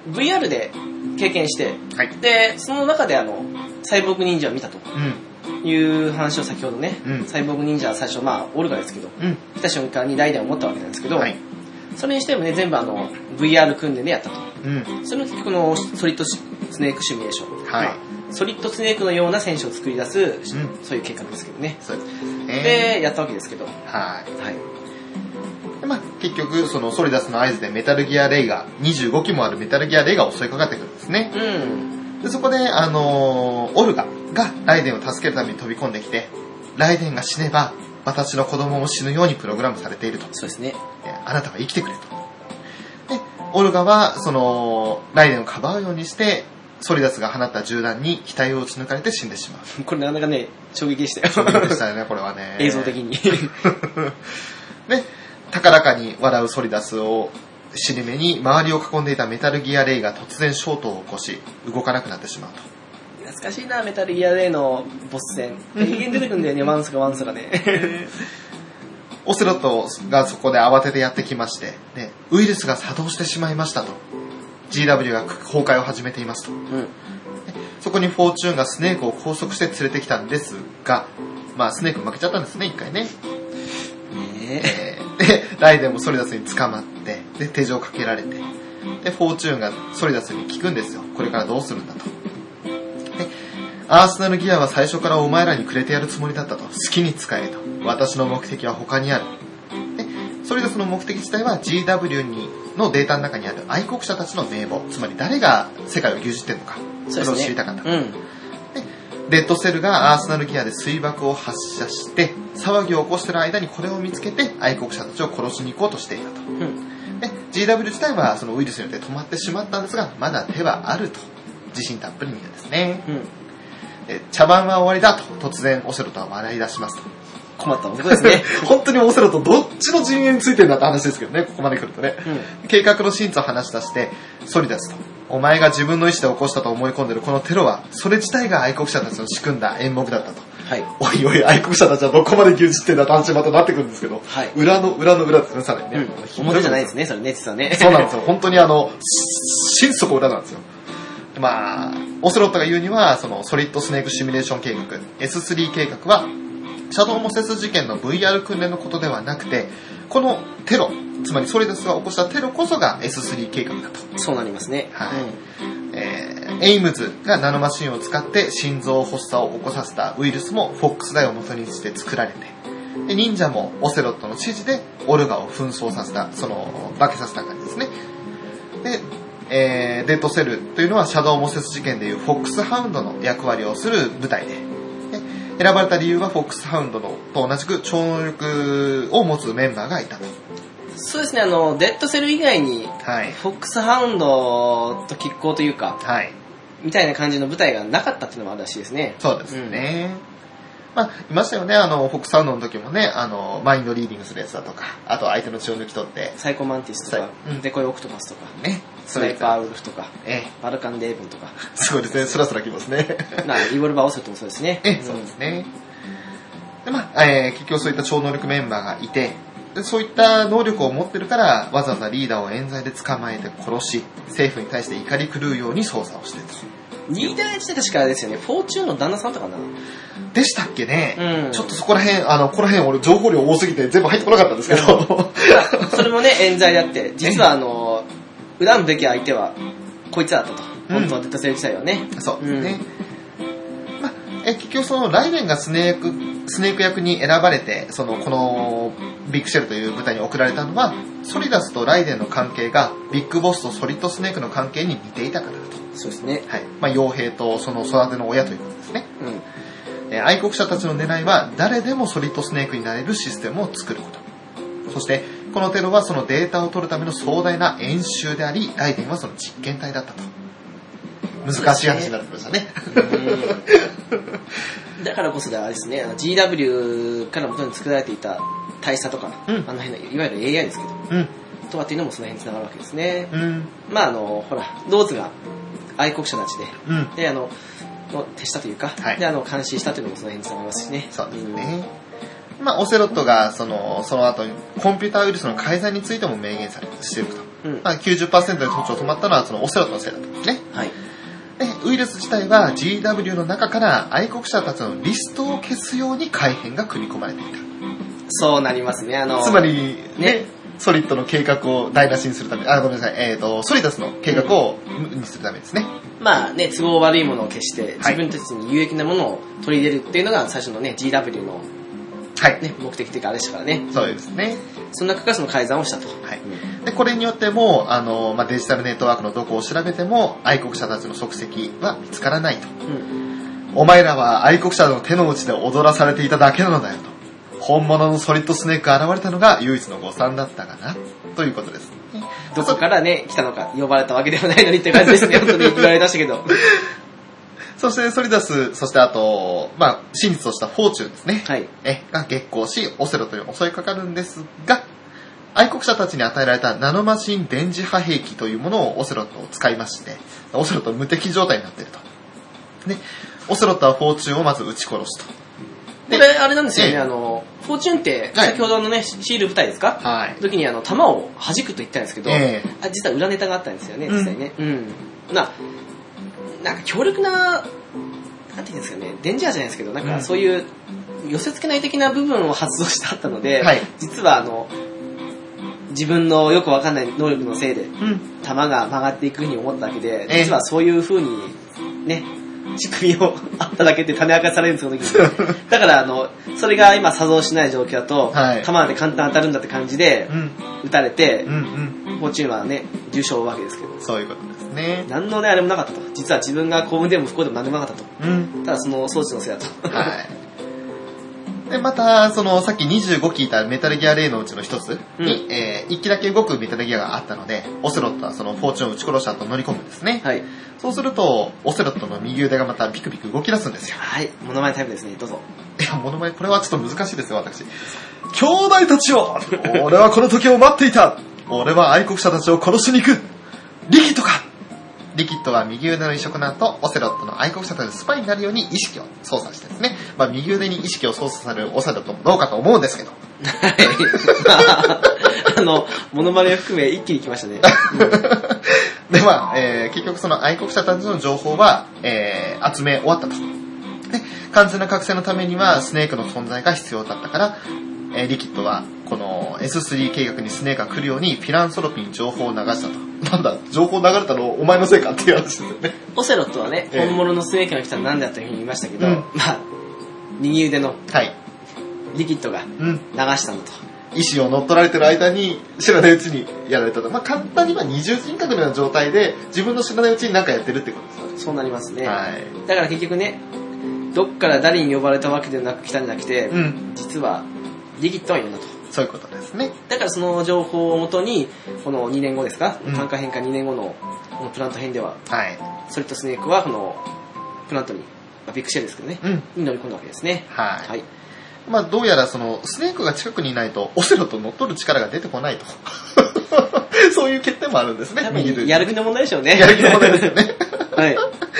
S1: う、VR で経験して、
S2: はい。
S1: で、その中であの、サイボーグ忍者を見たと
S2: うん、
S1: いう話を先ほどね、
S2: うん
S1: サイボーグ忍者は最初、まあ、オルガですけど、
S2: うん。
S1: 来た瞬間に代々思ったわけなんですけど、
S2: はい。
S1: それにしてもね、全部あの、VR 訓練でやったと。
S2: うん。
S1: それも結局の、ソリッドスネークシミュレーション。
S2: はい
S1: まあソリッドスネークのような選手を作り出す、
S2: ん
S1: そういう計画ですけどね。
S2: そうですね。
S1: で、やったわけですけど、は。
S2: はいい。で、まあ、結局、そのソリダスの合図でメタルギアレイが、25機もあるメタルギアレイが襲いかかってくるんですね。
S1: うん。
S2: で、そこで、あのーオルガがライデンを助けるために飛び込んできて、ライデンが死ねば、私の子供も死ぬようにプログラムされていると。
S1: そうですね。
S2: えーあなたは生きてくれと。で、オルガは、その、ライデンをかばうようにして、ソリダスが放った銃弾に額を撃ち抜かれて死んでしまう。
S1: これなかなかね、衝撃でした
S2: そういうことで
S1: よ。。
S2: したよね、これはね
S1: 映像的。に。
S2: で、高らかに笑うソリダスを尻目に、周りを囲んでいたメタルギアレイが突然ショートを起こし、動かなくなってしまうと。
S1: 懐かしいな、メタルギアでのボス戦。人間出てくんだよね、ワンスかワンスがね。
S2: オセロットがそこで慌ててやってきまして、で、ウイルスが作動してしまいましたと。GW が崩壊を始めていますと。
S1: うん。
S2: そこにフォーチューンがスネークを拘束して連れてきたんですが、まあスネーク負けちゃったんですね、一回ね。
S1: ねえ。
S2: えーで、ライデンもソリダスに捕まって、で、手錠をかけられて、で、フォーチューンがソリダスに聞くんですよ。これからどうするんだと。で、アーセナルギアは最初からお前らにくれてやるつもりだったと。好きに使えと。私の目的は他にある。で、ソリダスの目的自体は GW にのデータの中にある愛国者たちの名簿、つまり誰が世界を牛耳ってるのか、それを知りたかった。
S1: うん。
S2: レッドセルがアーセナルギアで水爆を発射して、騒ぎを起こしてる間にこれを見つけて愛国者たちを殺しに行こうとしていたと。
S1: うん。
S2: で、GW 自体はそのウイルスによって止まってしまったんですが、まだ手はあると。自信たっぷりに言うんですね。
S1: うん。
S2: で茶番は終わりだと、突然オセロとは笑い出しますと。
S1: 困った男ですね。
S2: 本当にオセロとどっちの陣営についてるんだって話ですけどね、ここまで来るとね。
S1: うん。
S2: 計画の真実を話し出して、ソリダスと。お前が自分の意思で起こしたと思い込んでるこのテロは、それ自体が愛国者たちの仕組んだ演目だったと。
S1: はい。
S2: おいおい、愛国者たちはどこまで牛耳ってんだって話にまたなってくるんですけど、
S1: はい
S2: 裏の裏の裏ですね、さらに
S1: う
S2: ね。
S1: ん。。表じゃないですすね、それね、実はね。
S2: そうなんですよ。本当にあの、心底裏なんですよ。まあ、オセロットが言うには、その、ソリッドスネークシミュレーション計画、S3 計画は、シャドウモセス事件の VR 訓練のことではなくて、このテロ、つまりソリダスが起こしたテロこそが S3 計画だと。
S1: そうなりますね。
S2: はいえーエイムズがナノマシンを使って心臓発作を起こさせたウイルスもフォックスダイを元にして作られて、で忍者もオセロットの指示でオルガを紛争させた、その、化けさせた感じですね。で、えーデッドセルというのはシャドウモセス事件でいうフォックスハウンドの役割をする部隊で、で選ばれた理由はフォックスハウンドのと同じく超能力を持つメンバーがいたと。
S1: うんそうですね、あの、デッドセル以外に、
S2: はい。
S1: フォックスハウンドと拮抗というか、
S2: はい。
S1: みたいな感じの舞台がなかったっていうのもあるらしいですね。
S2: そうですね。まあ、いましたよね。あの、北サウンドの時もね、あの、マインドリーディングするやつだとか、あとは相手の血を抜き取って、
S1: サイコマンティスとか
S2: サイ、うん
S1: デコイオクトパスとか、
S2: ね、
S1: ス
S2: そ
S1: ナイ
S2: れ
S1: パーウルフとか、
S2: え
S1: バルカンデーブンとか、
S2: え、すごいですね。スラスラきますね。
S1: まあ、リボルバーオセットもそうですね。
S2: ええ、そうですね。で、まあ、えー結局そういった超能力メンバーがいて、でそういった能力を持ってるから、わざわざリーダーを冤罪で捕まえて殺し、政府に対して怒り狂うように操作をしてると。
S1: うんリーダー自体確かあれですよね、フォーチューンの旦那さんとかな。
S2: でしたっけね、
S1: うん
S2: ちょっとそこら辺、あの、ここら辺俺情報量多すぎて全部入ってこなかったんですけど。
S1: それもね、冤罪だって、実はあの、恨むべき相手は、こいつらだったと。
S2: うん
S1: 本当はデッドセル自体はね。
S2: そうですね。まあ、え結局そのライデンがスネーク、スネーク役に選ばれて、そのこのビッグシェルという舞台に送られたのは、ソリダスとライデンの関係がビッグボスとソリッドスネークの関係に似ていたからだと。
S1: そうですね。
S2: はい。まあ、傭兵とその育ての親ということですね。
S1: うん。
S2: えー愛国者たちの狙いは誰でもソリッドスネークになれるシステムを作ること。そして、このテロはそのデータを取るための壮大な演習であり、ライデンはその実験体だったと。難しい話になってきましたね。
S1: うんだからこそであれですね、あの GW から元に作られていた大佐とか、
S2: うん
S1: あの辺の、いわゆる AI ですけど、
S2: うん。
S1: とかっていうのもその辺に繋がるわけですね。
S2: うん。
S1: まああの、ほら、ローズが愛国者たちで、
S2: うん。
S1: で、あの、の手したというか、
S2: はい
S1: で、あの、監視したというのもその辺に繋がりますしね。
S2: そうですね。まあ、オセロットが、その、その後に、コンピューターウイルスの改ざんについても明言されしていると。
S1: うん。うん。
S2: まあ、90%で途中を止まったのは、その、オセロットのせいだったんですね。
S1: はい。
S2: で、ウイルス自体は GW の中から愛国者たちのリストを消すように改変が組み込まれてい
S1: そうなりますね、あ
S2: た。
S1: の、
S2: つまり、
S1: ね
S2: ね、ソリッドの計画を台無しにするため、あ、ごめんなさい、えっ、と、ソリダスの計画を無にするためですね。
S1: まあね、都合悪いものを消して、
S2: は
S1: 自
S2: い
S1: 分たちに有益なものを取り入れるっていうのが最初のね、GW の
S2: はい。
S1: ね、目的というかあれでしたからね。
S2: そうですね。
S1: その中からその改ざんをしたと。
S2: はい。
S1: うん
S2: で、これによっても、あの、まあ、デジタルネットワークのどこを調べても、愛国者たちの足跡は見つからないと。
S1: うん。
S2: お前らは愛国者の手の内で踊らされていただけなのだよと。本物のソリッドスネークが現れたのが唯一の誤算だったかな、ということです。
S1: どこからね、来たのか、呼ばれたわけではないのにって感じです ね、本当に言われましたけど。
S2: そしてソリダス、そしてあと、まあ、真実としたフォーチュンですね。
S1: はい。
S2: え、が激光し、オセロトに襲いかかるんですが、愛国者たちに与えられたナノマシン電磁波兵器というものをオセロトを使いまして、オセロト無敵状態になっていると。で、オセロトはフォーチュンをまず撃ち殺すと。
S1: これ、あれなんですよね、
S2: ええ
S1: あの、フォーチュンって、
S2: はい
S1: 先ほどのね、シール舞台ですか
S2: はい。
S1: 時にあの、弾を弾くと言ったんですけど、
S2: え
S1: あ実は裏ネタがあったんですよね、
S2: うん
S1: 実際ね。うん。な、なんか強力な、なんていうんですかね、デンジャーじゃないですけど、なん
S2: う
S1: か
S2: ん
S1: そういう、寄せ付けない的な部分を発動してあったので、
S2: はい
S1: 実はあの、自分のよくわかんない能力のせいで、
S2: えうん。
S1: 弾が曲がっていくふうに思っただけで、
S2: ええ
S1: 実はそういうふうに、ね、仕組みをあっただけって種明かされるんですよ、その時 に。だから、あの、それが今作動しない状況だと、
S2: はい
S1: 弾で簡単に当たるんだって感じで
S2: う、ん。
S1: 撃たれて
S2: うん。う、ん。
S1: フォーチュンはね、重傷を負うわけですけど。
S2: そういうことですね。
S1: 何のね、あれもなかったと。実は自分が幸運でも不幸でも何でもなかったと。
S2: うん。
S1: ただその装置のせいだと。
S2: はい。で、また、その、さっき25聞いたメタルギア例のうちの一つに、えー一機だけ動くメタルギアがあったので、オセロットはその、フォーチュンを撃ち殺した後乗り込むんですね。
S1: はい。
S2: そうすると、オセロットの右腕がまたビクビク動き出すんですよ。
S1: はい。モノマネタイムですね。どうぞ。
S2: いや、モノマネ、これはちょっと難しいですよ、私。兄弟たち よ俺はこの時を待っていた俺は愛国者たちを殺しに行くリキッドかリキッドは右腕の移植の後、オセロットの愛国者たちのスパイになるように意識を操作してですね。まあ、右腕に意識を操作されるオセロットもどうかと思うんですけど。
S1: はい。あ の、モノマネを含め一気に来ましたね。
S2: で、まあ、えー結局その愛国者たちの情報は、えー集め終わったと。で、完全な覚醒のためにはスネークの存在が必要だったから、えーリキッドは、この S3 計画にスネークが来るようにフィランソロピーに情報を流したと。なんだ、情報流れたのお前のせいかっていう話ですよね。
S1: オセロットはね、
S2: ええ
S1: 本物のスネークが来たら何だというふうに言いましたけど、
S2: うん
S1: まあ、右腕の
S2: はい。
S1: リキッドが
S2: う
S1: 流
S2: ん。
S1: したのと。
S2: 意思を乗っ取られてる間に知らないうちにやられたと。まあ、簡単には二重人格のような状態で自分の知らないうちに何かやってるってことですよね。
S1: そうなりますね。
S2: はい。
S1: だから結局ね、どっから誰に呼ばれたわけでもなく来たんじゃなくて、
S2: うん。
S1: 実はリキッドはいるんだと。
S2: そういうことですね。
S1: だからその情報をもとに、この2年後ですか、
S2: うん
S1: 単価変化2年後のこのプラント編では、
S2: はい。
S1: ソリッドスネークはこのプラントに、まあビッグシェルですけどね、
S2: うん。
S1: に乗り込んだわけですね。
S2: はい。
S1: はい。
S2: まあ、どうやらその、スネークが近くにいないと、オセロと乗っ取る力が出てこないと。 そういう欠点もあるんですね
S1: 多。
S2: 右ルー
S1: 分、
S2: ル
S1: やる気の問題でしょうね。
S2: やる気の問題ですよね。
S1: はい。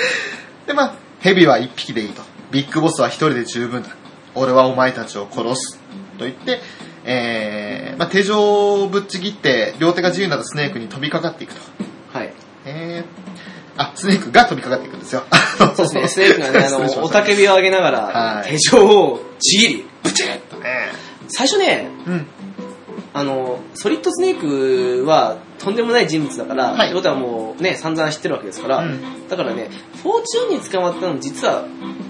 S2: で、まあ、ヘビは一匹でいいと。ビッグボスは一人で十分だ。俺はお前たちを殺す。と言って、えー、まあ、手錠をぶっちぎって、両手が自由になったスネークに飛びかかっていくと。
S1: はい。
S2: えー、あ、スネークが飛びかかっていくんですよ。そう
S1: そうですね、スネークがね、あ
S2: 失礼し
S1: の、
S2: ま
S1: お
S2: した
S1: たけびを上げながら
S2: は、い
S1: 手錠をちぎり、ブチッと。
S2: え
S1: 最初ね、
S2: ー うん。
S1: あの、ソリッドスネークはとんでもない人物だから、
S2: はい
S1: ってことはもうね、散々知ってるわけですから、
S2: うん
S1: だからね、フォーチュンに捕まったの実は、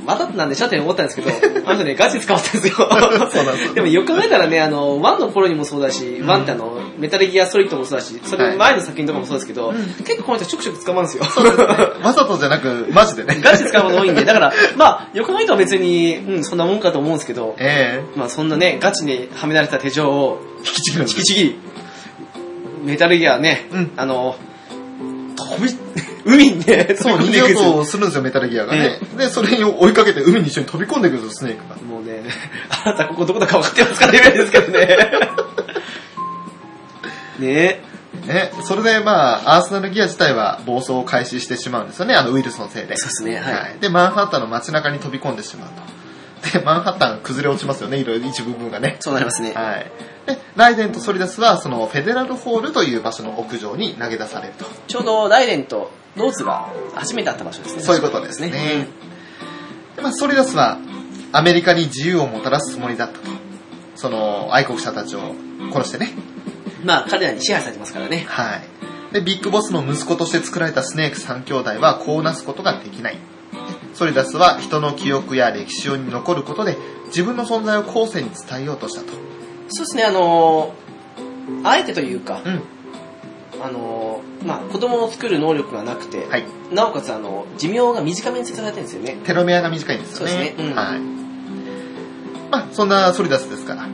S1: わざとなんでしょって思ったんです けど、あの人ね、ガチで捕まったんですよ。
S2: そうなんです
S1: でもよく考えたらね、あの、ワンの頃にもそうだし、
S2: うん
S1: ワンってあの、メタルギアソリッドもそうだし、それ前の作品とかもそうですけど、
S2: うん
S1: 結構この人ちょくちょく捕まるんですよ。
S2: わざとじゃなく、マジで ね。
S1: ガチで使うこと多いんで、だから、まあ、よく考えたら別に、うん、そんなもんかと思うんですけど、
S2: え
S1: まあ、そんなね、ガチにはめられた手錠を、
S2: ー、引きちぎるんで
S1: チキ
S2: す
S1: チキ、メタルギアね、
S2: うん
S1: あの、飛び、海にね、
S2: そう、
S1: 飛び込ん
S2: 逃げ
S1: でい
S2: よ
S1: くん
S2: う
S1: ですよ
S2: とするんですよ、メタルギアがね。で、それを追いかけて海に一緒に飛び込んでくるんですよ、スネークが。
S1: もうね、あなたここどこだか分かってますかレベルですけどね。ね
S2: ね、それでまあ、アーセナルギア自体は暴走を開始してしまうんですよね、あのウイルスのせいで。
S1: そうですね、はい。
S2: はい。で、マンハッタンの街中に飛び込んでしまうと。で、マンハッタン崩れ落ちますよね、いろいろ一部分がね。
S1: そうなりますね。
S2: はい。で、ライデンとソリダスは、その、フェデラルホールという場所の屋上に投げ出されると。
S1: ちょうどライデンとローズが初めて会った場所ですね。
S2: そういうことですね。で、まあ、ソリダスは、アメリカに自由をもたらすつもりだったと。その、愛国者たちを殺してね。
S1: まあ、彼らに支配されてますからね。
S2: はい。で、ビッグボスの息子として作られたスネーク3兄弟はこうなすことができない。ソリダスは人の記憶や歴史に残ることで自分の存在を後世に伝えようとしたと。
S1: そうですね、あのーあえてというか、
S2: うん。
S1: あのーまあ、子供を作る能力がなくて、
S2: はい。
S1: なおかつ、あの、寿命が短めに設定されてるんですよね。
S2: テロメアが短いんですよね。
S1: そうですねうん
S2: はい。まあ、そんなソリダスですから、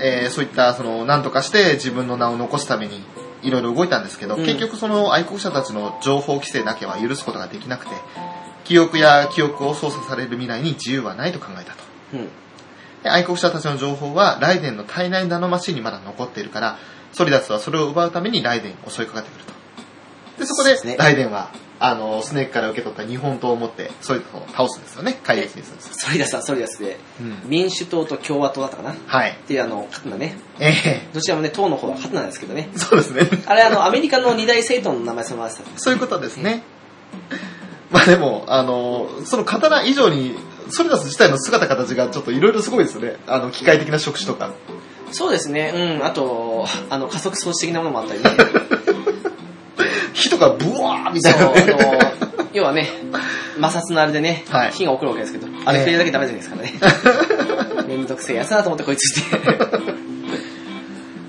S2: えーそういった、その、なんとかして自分の名を残すために、いろいろ動いたんですけど、
S1: うん
S2: 結局その愛国者たちの情報規制だけは許すことができなくて、記憶や記憶を操作される未来に自由はないと考えたと。
S1: うん。
S2: で愛国者たちの情報はライデンの体内ナノマシンにまだ残っているから、ソリダスはそれを奪うためにライデンに襲いかかってくると。で、そこ
S1: そうです
S2: で
S1: ね
S2: ライデンは、あの、スネークから受け取った日本刀を持って、ソリダスを倒すんですよね。壊滅にするんですよ。
S1: ソリダスはソリダスで、
S2: うん。
S1: 民主党と共和党だったかなっ
S2: はい。
S1: ていう、あの、刀ね。
S2: ええ
S1: どちらもね、党の方は刀なんですけどね。
S2: そうですね。
S1: あれ、あの、アメリカの二大政党の名前そのままです
S2: そういうことですね。まあでも、あの、その刀以上に、ソリダス自体の姿形がちょっといろいろすごいですよね。あの、機械的な触手とか。
S1: そうですね、うん。あと、あの、加速装置的なものもあった りね。
S2: 火とかブワーみ
S1: そ
S2: た
S1: う、
S2: いなね、
S1: あの、要はね、摩擦のあれでね、
S2: はい
S1: 火が起こるわけですけど、あれ
S2: ええ
S1: 触れるだけダメじゃないですから ね。めんどくせえやつだなと思ってこいつして。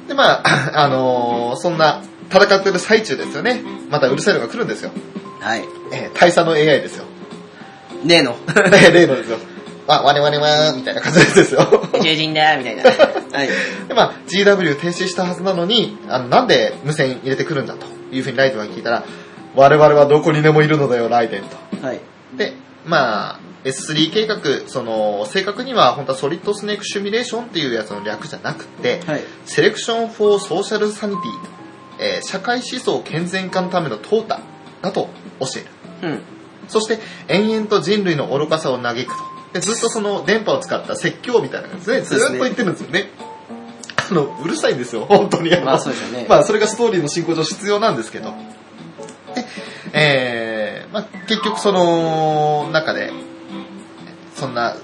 S2: で、まあ、あ のーそんな、戦ってる最中ですよね。またうるさいのが来るんですよ。
S1: はい。
S2: えー、大佐の AI ですよ。
S1: ね えの。
S2: えー例のですよ。わ、我々は、みたいな感じのやつですよ。
S1: 獣人だみたいな。はい。
S2: で、まあ、GW 停止したはずなのに、あの、なんで無線入れてくるんだというふうにライデンは聞いたら、我々はどこにでもいるのだよ、ライデンと。
S1: はい。
S2: で、まあ、S3 計画、その、正確には本当はソリッドスネークシミュレーションっていうやつの略じゃなくて、
S1: はい。
S2: セレクション・フォー・ソーシャル・サニティ、えー社会思想健全化のための淘汰だと教える。
S1: うん。
S2: そして、延々と人類の愚かさを嘆くと。でずっとその電波を使った説教みたいな感じで、
S1: そ
S2: ず
S1: うです
S2: ーっ
S1: ね
S2: と言ってるんですよね。あの、うるさいんですよ、本当に。
S1: まあそうですよね。
S2: まあ、それがストーリーの進行上必要なんですけど。で、えー、まあ、結局その中で、そんな、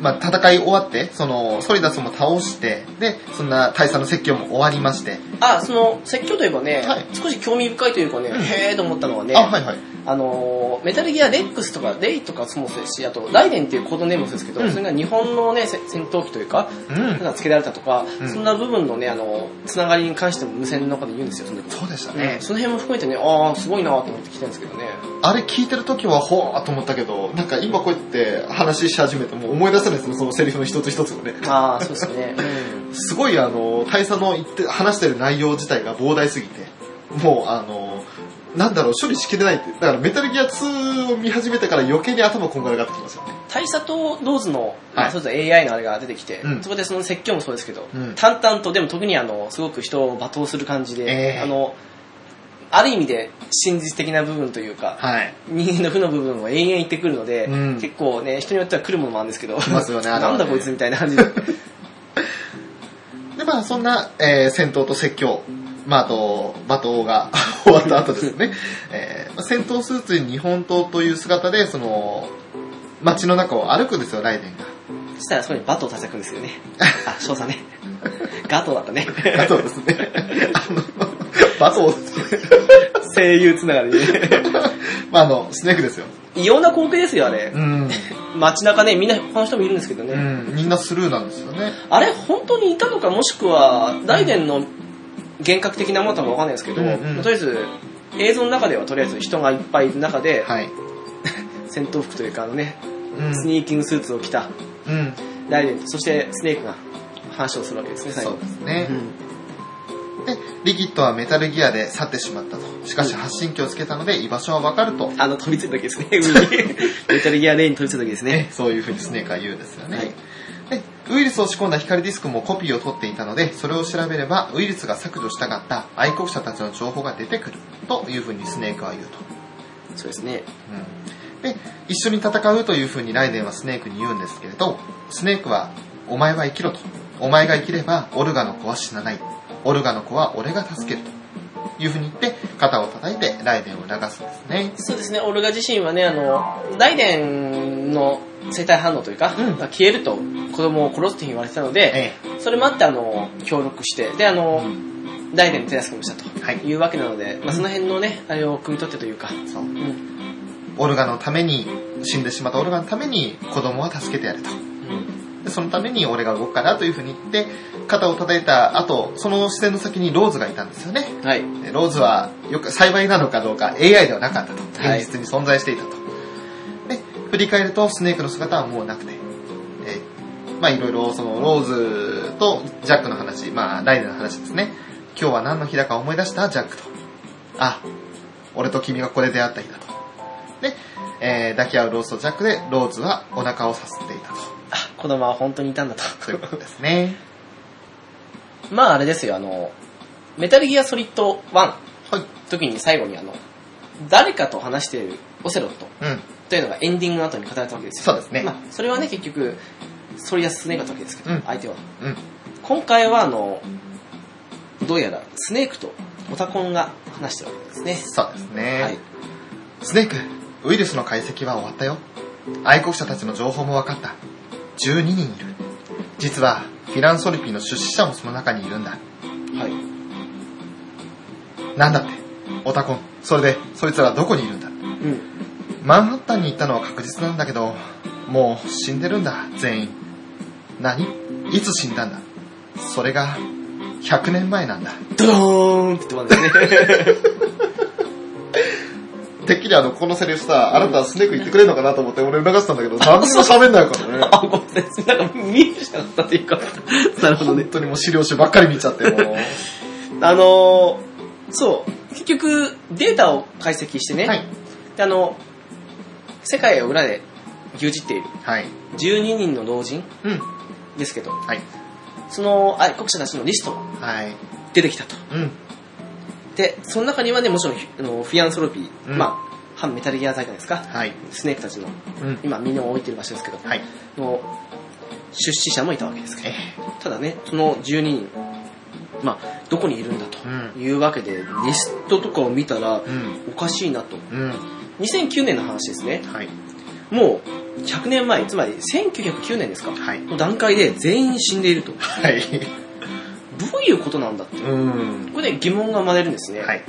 S2: まあ、戦い終わって、その、ソリダスも倒して、で、そんな大佐の説教も終わりまして、
S1: あ、その、説教といえばね、
S2: はい
S1: 少し興味深いというかね、へーと思ったのはね、
S2: あ、
S1: あ
S2: はいはい。
S1: のー、メタルギアレックスとかレイとかもそうですし、あと、ライデンっていうコードネームもそうですけど、
S2: うん
S1: それが日本のね、せ戦闘機というか、
S2: うん
S1: なんか付けられたとか、
S2: うん
S1: そんな部分のね、あの、つながりに関しても無線の中で言うんですよ、その時
S2: そうでした
S1: ね
S2: ね、。
S1: その辺も含めてね、あー、すごいなーと思って聞いたんですけどね。
S2: あれ聞いてる時は、ほーっと思ったけど、なんか今 こうやって話し始めても思い出せないですね、そのセリフの一つ一つをね。
S1: あー、そうですね。うん
S2: すごいあの、大佐の言って、話してる内容自体が膨大すぎて、もうあの、なんだろう、処理しきれないって。だからメタルギア2を見始めてから余計に頭こんがらがってきますよね。
S1: 大佐とローズの、まあ
S2: はい
S1: それぞれ AI のあれが出てきて、
S2: うん
S1: そこでその説教もそうですけど、
S2: うん
S1: 淡々と、でも特にあの、すごく人を罵倒する感じで、
S2: ええ
S1: あの、ある意味で真実的な部分というか、
S2: はい。
S1: 人間の負の部分を延々言ってくるので、
S2: うん
S1: 結構ね、人によっては来るものもあるんですけど、
S2: 来ますよねあれは
S1: な
S2: ね
S1: んだこいつみたいな感じで。
S2: で、まあ、そんな、えー戦闘と説教、まあ、あと、罵倒が 終わった後ですね、えーまあ戦闘スーツに日本刀という姿で、その、街の中を歩くんですよ、ライデンが。
S1: そしたらそこにバトを叩くんです よね。あ、翔さんね。ガトだったね。
S2: あとですね、あの、罵倒ですね。
S1: 声優つながりで、
S2: まあ、あの、スネークですよ。
S1: 異様な光景ですよ、あれ
S2: う。ん。
S1: 街中ね、みんな、他の人もいるんですけどね。
S2: うん、みんなスルーなんですよね。
S1: あれ、本当にいたのか、もしくは、大伝の幻覚的なものかわかんないですけど、
S2: うんうん
S1: とりあえず、映像の中ではとりあえず人がいっぱいいる中で、
S2: はい。
S1: 戦闘服というか、あのね、
S2: うん。
S1: スニーキングスーツを着た
S2: うん。
S1: 大伝と、そしてスネークが話をするわけですね、最
S2: そ
S1: 後
S2: う。ですね。
S1: うん
S2: で、リキッドはメタルギアで去ってしまったと。しかし発信機をつけたので居場所はわかると。
S1: あの、飛びついた時ですね、海 に。メタルギアレインに飛びついた時です
S2: ね
S1: ね。
S2: そういうふうにスネークは言うんですよね。
S1: はい
S2: で、ウイルスを仕込んだ光ディスクもコピーを取っていたので、それを調べればウイルスが削除したかった愛国者たちの情報が出てくるというふうにスネークは言うと。
S1: そうですね。
S2: うんで、一緒に戦うというふうにライデンはスネークに言うんですけれど、スネークは、お前は生きろと。お前が生きれば、オルガの子は死なない。オルガの子は俺が助けると。いうふうに言って、肩を叩いてライデンを流すんですね。
S1: そうですね、オルガ自身はね、あの、大伝の生体反応というか、
S2: うん
S1: 消えると子供を殺すって言われてたので、
S2: え
S1: それもあって、あの、協力して、で、あ
S2: え。
S1: の、大連の手助けもした
S2: はい
S1: と。いうわけなので、まあ、その辺のね、あれを汲み取ってというか、
S2: そう
S1: う。ん。
S2: オルガのために、死んでしまったオルガのために、子供は助けてやると。でそのために俺が動くからというふうに言って、肩を叩いた後、その視線の先にローズがいたんですよね。
S1: はい。
S2: えローズはよく幸いなのかどうか AI ではなかったと。
S1: はい
S2: 現実に存在していたと。で、振り返るとスネークの姿はもうなくて、えまあいろいろそのローズとジャックの話、まあライデンの話ですね。今日は何の日だか思い出したジャックと。あ、俺と君がこれ出会った日だと。で、えー抱き合うローズとジャックでローズはお腹をさすっていたと。
S1: あ、子供は本当にいたんだ と。
S2: そういうことですね。
S1: まあ、あれですよ、あの、メタルギアソリッド1、
S2: はい。
S1: 時に最後にあの、誰かと話しているオセロット
S2: うん。
S1: というのがエンディングの後に語られたわけですよ。
S2: そうですね
S1: まあ、それはね、結局、ソリアススネークだったわけですけど、
S2: うん
S1: 相手は。
S2: うん。
S1: 今回は、あの、どうやらスネークとオタコンが話してるわけですね。
S2: そうですね。
S1: はい。
S2: スネーク、ウイルスの解析は終わったよ。愛国者たちの情報も分かった。12人いる。実は、フィランソルピーの出資者もその中にいるんだ。
S1: はい。
S2: なんだって。オタコン。それで、そいつらどこにいるんだ。
S1: うん。
S2: マンハッタンに行ったのは確実なんだけど、もう死んでるんだ、全員。何いつ死んだんだそれが、100年前なんだ。
S1: ドドーンって言ってますね。
S2: てっきりあの、このセリフさ、あなたはスネーク言ってくれるのかなと思って俺流したんだけど、何も喋んないからね。
S1: あ、ごめんなさい。なんか見えちゃったっていうか。なるほどね
S2: 本。当にもう資料集ばっかり見ちゃって、もう。
S1: あのー、そう。結局、データを解析してね、
S2: はい。
S1: であの、世界を裏で牛耳っている
S2: はい。
S1: 12人の老人
S2: うん。
S1: ですけど、
S2: はい。
S1: その愛国者たちのリストが
S2: はい。
S1: 出てきたと。
S2: うん。で、
S1: その中にはね、もちろんあのフィアンソロピー、
S2: うん
S1: まあ、反メタルギア大会ですか、
S2: はい。
S1: スネークたちの、
S2: うん。
S1: 今、身を置いてる場所ですけど、
S2: はい。
S1: の出資者もいたわけですけど
S2: え、
S1: ただね、その12人、まあ、どこにいるんだというわけで、リストとかを見たら
S2: う、ん。
S1: おかしいなと。
S2: うん。
S1: 2009年の話ですね。
S2: はい。
S1: もう、100年前、つまり1909年ですか、
S2: はい。
S1: の段階で全員死んでいると。ど
S2: はい。
S1: ういうことなんだって。
S2: うん。
S1: ここで疑問が生まれるんですね。
S2: はい。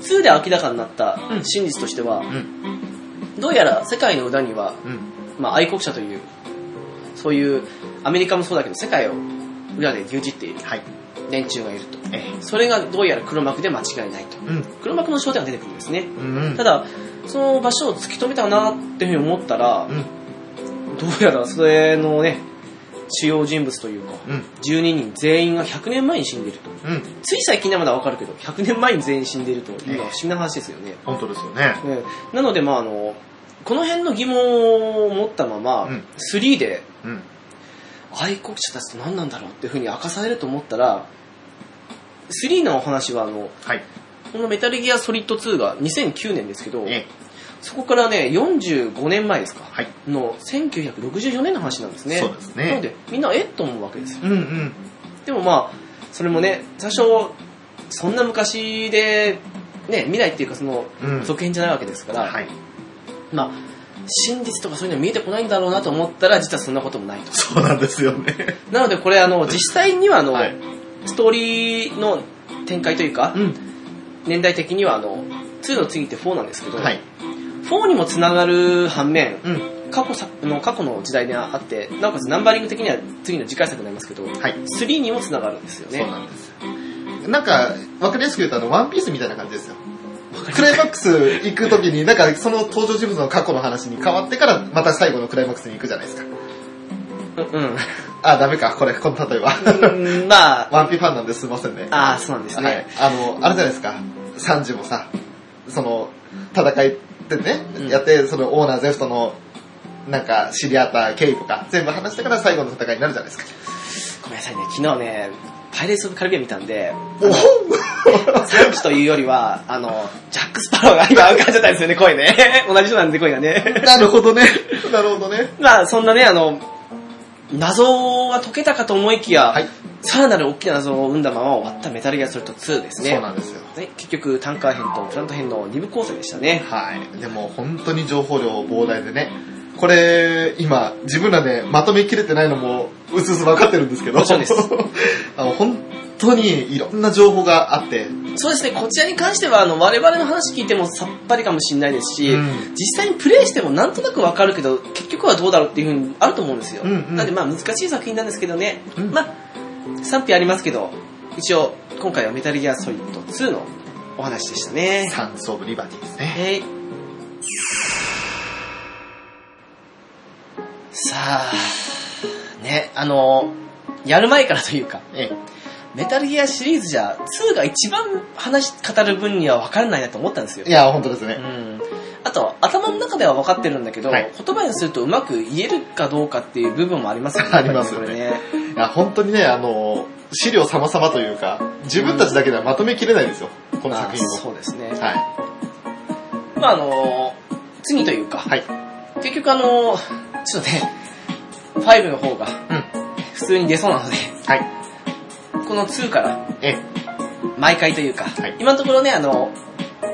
S1: 2で明らかになった
S2: うん
S1: 真実としては
S2: う、ん。
S1: どうやら世界の裏には、
S2: うん。
S1: まあ、愛国者という、そういう、アメリカもそうだけど、世界を裏で牛耳っている
S2: はい。
S1: 連中がいると。
S2: え
S1: それがどうやら黒幕で間違いないと。
S2: うん。
S1: 黒幕の焦点が出てくるんですね。
S2: うん。
S1: ただ、その場所を突き止めたなっていうふうに思ったら
S2: う、ん。
S1: どうやらそれのね、主要人物というか、
S2: うん。
S1: 12人全員が100年前に死んでいると。
S2: うん。
S1: つい最近なまだわかるけど、100年前に全員死んでいるというのは不思議な話ですよね。
S2: 本当ですよね。
S1: ねなので、まああの、この辺の疑問を持ったまま、
S2: うん
S1: 3で
S2: うん。
S1: 愛国者たちと何なんだろうっていうふうに明かされると思ったら、3のお話はあの、
S2: はい。
S1: このメタルギアソリッド2が2009年ですけど、
S2: ええ。
S1: そこからね、45年前ですか、
S2: はい。
S1: の1964年の話なんですね。
S2: そうです
S1: なの
S2: ね。
S1: で、みんなえっと思うわけですよ。
S2: うんうん。
S1: でもまあ、それもね、最初、そんな昔で、ね、未来っていうかその、
S2: うん。
S1: 続編じゃないわけですから、
S2: はい。
S1: まあ、真実とかそういうの見えてこないんだろうなと思ったら、実はそんなこともないと。
S2: そうなんですよね。
S1: なのでこれ、あの、実際にはあの、
S2: はい。
S1: ストーリーの展開というか、
S2: うん。
S1: 年代的にはあの、2の次って4なんですけど、
S2: はい。
S1: 4にもつながる反面、
S2: うん。
S1: 過去さあの過去の時代であって、なおかつナンバリング的には次の次回作になりますけど、
S2: はい。
S1: 3にもつながるんですよね。
S2: そうなんです。なんか、わかりやすく言うと、あの、ワンピースみたいな感じですよ。
S1: わかり
S2: クライマックス行くときに、なんか、その登場人物の過去の話に変わってから、また最後のクライマックスに行くじゃないですか。
S1: うん。
S2: あ、ダメか、これ、この例え は。
S1: うんまあ、
S2: ワンピファンなんですいませんね。
S1: ああ、そうなんですね。
S2: はい。あの、あれじゃないですか。サンジもさ、その、戦いってね、
S1: うん
S2: やって、そのオーナーゼフトの、なんか、知り合った経緯とか、全部話してから最後の戦いになるじゃないですか。
S1: ごめんなさいね、昨日ね、パイレーツ・オブ・カリビアン見たんで、
S2: おほ
S1: サンチというよりは、あの、ジャック・スパローが今浮かんじゃったんですよね、声ね。 同じ人なんで声がね。
S2: なるほどね。なるほどね。
S1: まあ、そんなね、あの、謎は解けたかと思いきや、
S2: はい。
S1: さらなる大きな謎を生んだまま終わったメタルギアソリッド2ですね。
S2: そうなんですよ。
S1: ね結局、タンカー編とプラント編の2部構成でしたね。
S2: はい。でも本当に情報量膨大でね、これ、今、自分らでまとめきれてないのも、うすうす分かってるんですけど、
S1: そうです
S2: あの本当にいろんな情報があって、
S1: そうですね、こちらに関しては、あの、我々の話聞いてもさっぱりかもしれないですし、
S2: うん
S1: 実際にプレイしてもなんとなくわかるけど、結局はどうだろうっていうふうにあると思うんですよ。
S2: うんうん
S1: なんでまあ難しい作品なんですけどね、
S2: うん
S1: まあ、賛否ありますけど、一応、今回はメタルギアソリッド2のお話でしたね。
S2: サンソブリバティですね。
S1: はい。さあ、ね、あの、やる前からというか、
S2: ええ
S1: メタルギアシリーズじゃ2が一番話し語る分には分からないなと思ったんですよ
S2: い。や、本当ですね
S1: う。ん。あと、頭の中では分かってるんだけど、
S2: はい
S1: 言葉にするとうまく言えるかどうかっていう部分もありますよね。
S2: ありますよ
S1: こ
S2: ね
S1: れね。
S2: いや、本当にね、あの、資料様々というか、自分たちだけではまとめきれないですよ、この
S1: まあ
S2: 作品を。
S1: そうですね。
S2: は
S1: まああの、次というか、
S2: い。はい。
S1: 結局あの、ちょっとね、5の方が
S2: うん。
S1: 普通に出そうなので、
S2: はい。
S1: この2から
S2: ええ。
S1: 毎回というか、
S2: はい
S1: 今のところね、あの、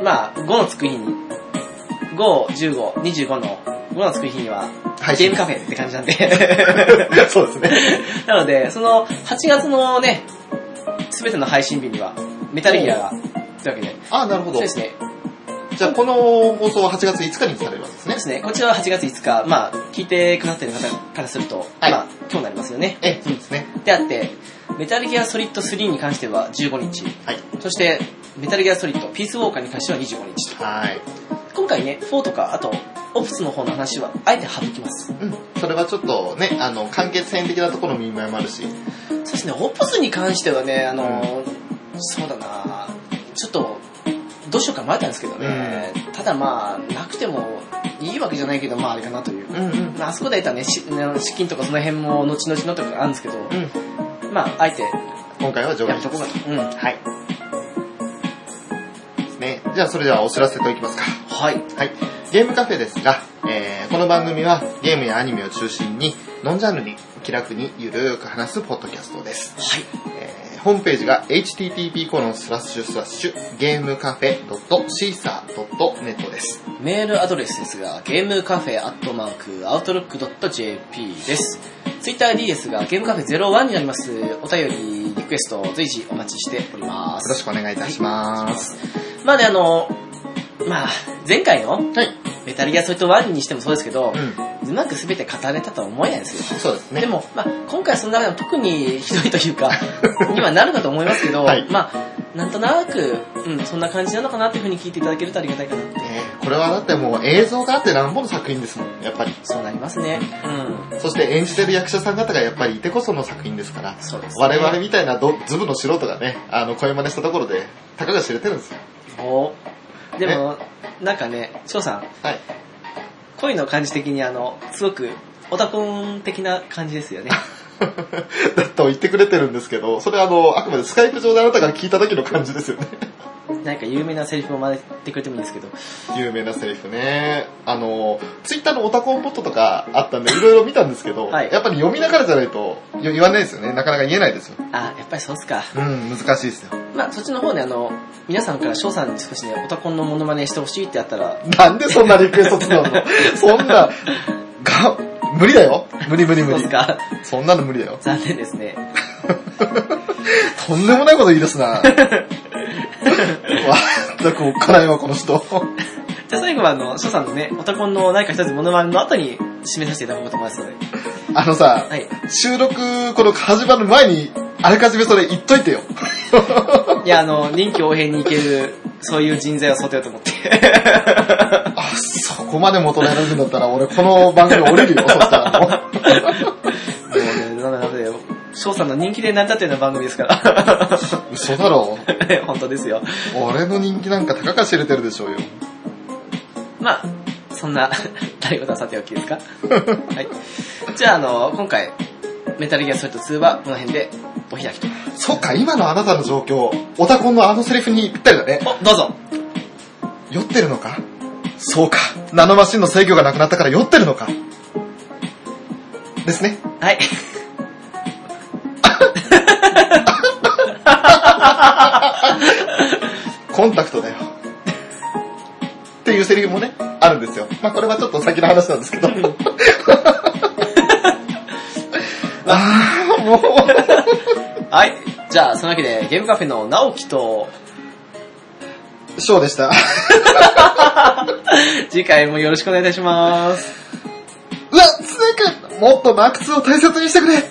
S1: まあ5のつく日に、5、15、25の5のつく日には、
S2: 配
S1: ゲー
S2: 信
S1: ムカフェって感じなんで。
S2: そうですね。
S1: なので、その8月のね、すべての配信日には、メタルギアが、というわけで、
S2: あ、なる
S1: そ
S2: ほ
S1: う
S2: ど
S1: で。すね。
S2: じゃあ、この放送は8月5日にされるわけですね
S1: で。すね。こちらは8月5日、まあ、聞いてくださってる方からすると、
S2: はい
S1: まあ、今日になりますよね。
S2: ええ、そうですね。
S1: であって、メタルギアソリッド3に関しては15日、
S2: はい。
S1: そして、メタルギアソリッド、ピースウォーカーに関しては25日と。
S2: はい。
S1: 今回ね、4とか、あと、オプスの方の話は、あえて省きます。
S2: うん。それはちょっとね、あの、完結編的なところの見舞いもあるし。
S1: そしてね、オプスに関してはね、あのーそうだなちょっと、どうしようか迷ったんですけどね、ただまあ、なくてもいいわけじゃないけど、まああれかなという。
S2: んうん。
S1: まああそこで得たね、しあの資金とかその辺も後々のとかあるんですけど、
S2: うん。
S1: まあ、あえて
S2: 今回は上
S1: や
S2: 限
S1: っとこうかと。うん。
S2: はい。ね。じゃあ、それではお知らせといきますか。
S1: はい。
S2: はい。ゲームカフェですが、えーこの番組はゲームやアニメを中心に、ノンジャンルに気楽にゆるーく話すポッドキャストです。
S1: はい。
S2: えーホームページが http コロンスラッシュスラッシュゲームカフェ .caesar.net です。
S1: メールアドレスですが、ゲームカフェアットマーク、アウトロックドット JP です。ツイッター D ですが、ゲームカフェ01になります。お便り、リクエスト、随時お待ちしておりま
S2: よ
S1: す
S2: ろ。しくお願いいたします。
S1: まあね、あの、まあ、前回の
S2: はい。
S1: メタルギアソリッド1にしてもそうですけど、
S2: う
S1: うまく全て語れたとは思えないですよ。
S2: ん。そうですね。
S1: で も、まあ、今回はその中でも特にひどいというか、にはなるかと思いますけど、
S2: はい
S1: まあ、なんとなく、うん、そんな感じなのかなっていうふうに聞いていただけるとありがたいかな。
S2: ねこれはだってもう映像があってなんぼの作品ですもん、やっぱり。
S1: そうなりますね。うん。
S2: そして演じてる役者さん方がやっぱりいてこその作品ですから、
S1: そうです、ね。
S2: 我々みたいなどズブの素人がね、あの、声真似したところで、たかが知れてるんですよ。
S1: おでも、なんかね、翔さん、
S2: はい。
S1: 恋の感じ的にあの、すごく、オタコン的な感じですよね。
S2: だと言ってくれてるんですけど、それあの、あくまでスカイプ上であなたが聞いた時の感じですよね。
S1: なんか有名なセリフを真似てくれてもいいんですけど。
S2: 有名なセリフね。あの、ツイッターのオタコンポットとかあったんで、いろいろ見たんですけど、
S1: はい
S2: やっぱり読みながらじゃないとよ言わないですよね。なかなか言えないですよ。
S1: あ、やっぱりそうっすか。
S2: うん、難しいですよ。
S1: まあ、そっちの方であの、皆さんから翔さんに少しね、オタコンのモノマネしてほしいってあったら、
S2: なんでそんなリクエストするのそんな、が、無理だよ。無理無理
S1: どう
S2: 無
S1: で
S2: 理
S1: す。か
S2: そんなの無理だよ。
S1: 残念ですね。
S2: とんでもないこと言い出すな。わだこっからよ、この人。
S1: じゃあ最後はあの、翔さんのね、オタコンの何か一つモノマネの後に締めさせていただこうと思いますので。
S2: あのさ、
S1: はい。
S2: 収録、この始まる前に、あらかじめそれ言っといてよ。
S1: いや、あの、臨機応変にいける、そういう人材を育てようと思 って。
S2: あ、そこまで求められるんだったら、俺この番組降りるよ、そしたらもう。
S1: もうね、ダメダメだよ。翔さんの人気で成り立ってるような番組ですから。
S2: 嘘だろ。
S1: 本当ですよ。
S2: 俺の人気なんか高か知れてるでしょうよ。
S1: まあ、そんな、誰事はさておきですかはい。じゃあ、あの、今回、メタルギアソリッド2はこの辺でお開きと。
S2: そっか、今のあなたの状況、オタコンのあのセリフにぴったりだね。
S1: お、どうぞ
S2: 酔ってるのかそうか。ナノマシンの制御がなくなったから酔ってるのかですね。
S1: はい。
S2: コンタクトだよ。っていうセリフもね、あるんですよ。まあこれはちょっと先の話なんですけど。ああ、もう。
S1: はい。じゃあ、そのわけで、ゲームカフェの直樹と、
S2: ショーでした。
S1: 次回もよろしくお願いいたします。
S2: うわ、スネークもっとマックスを大切にしてくれ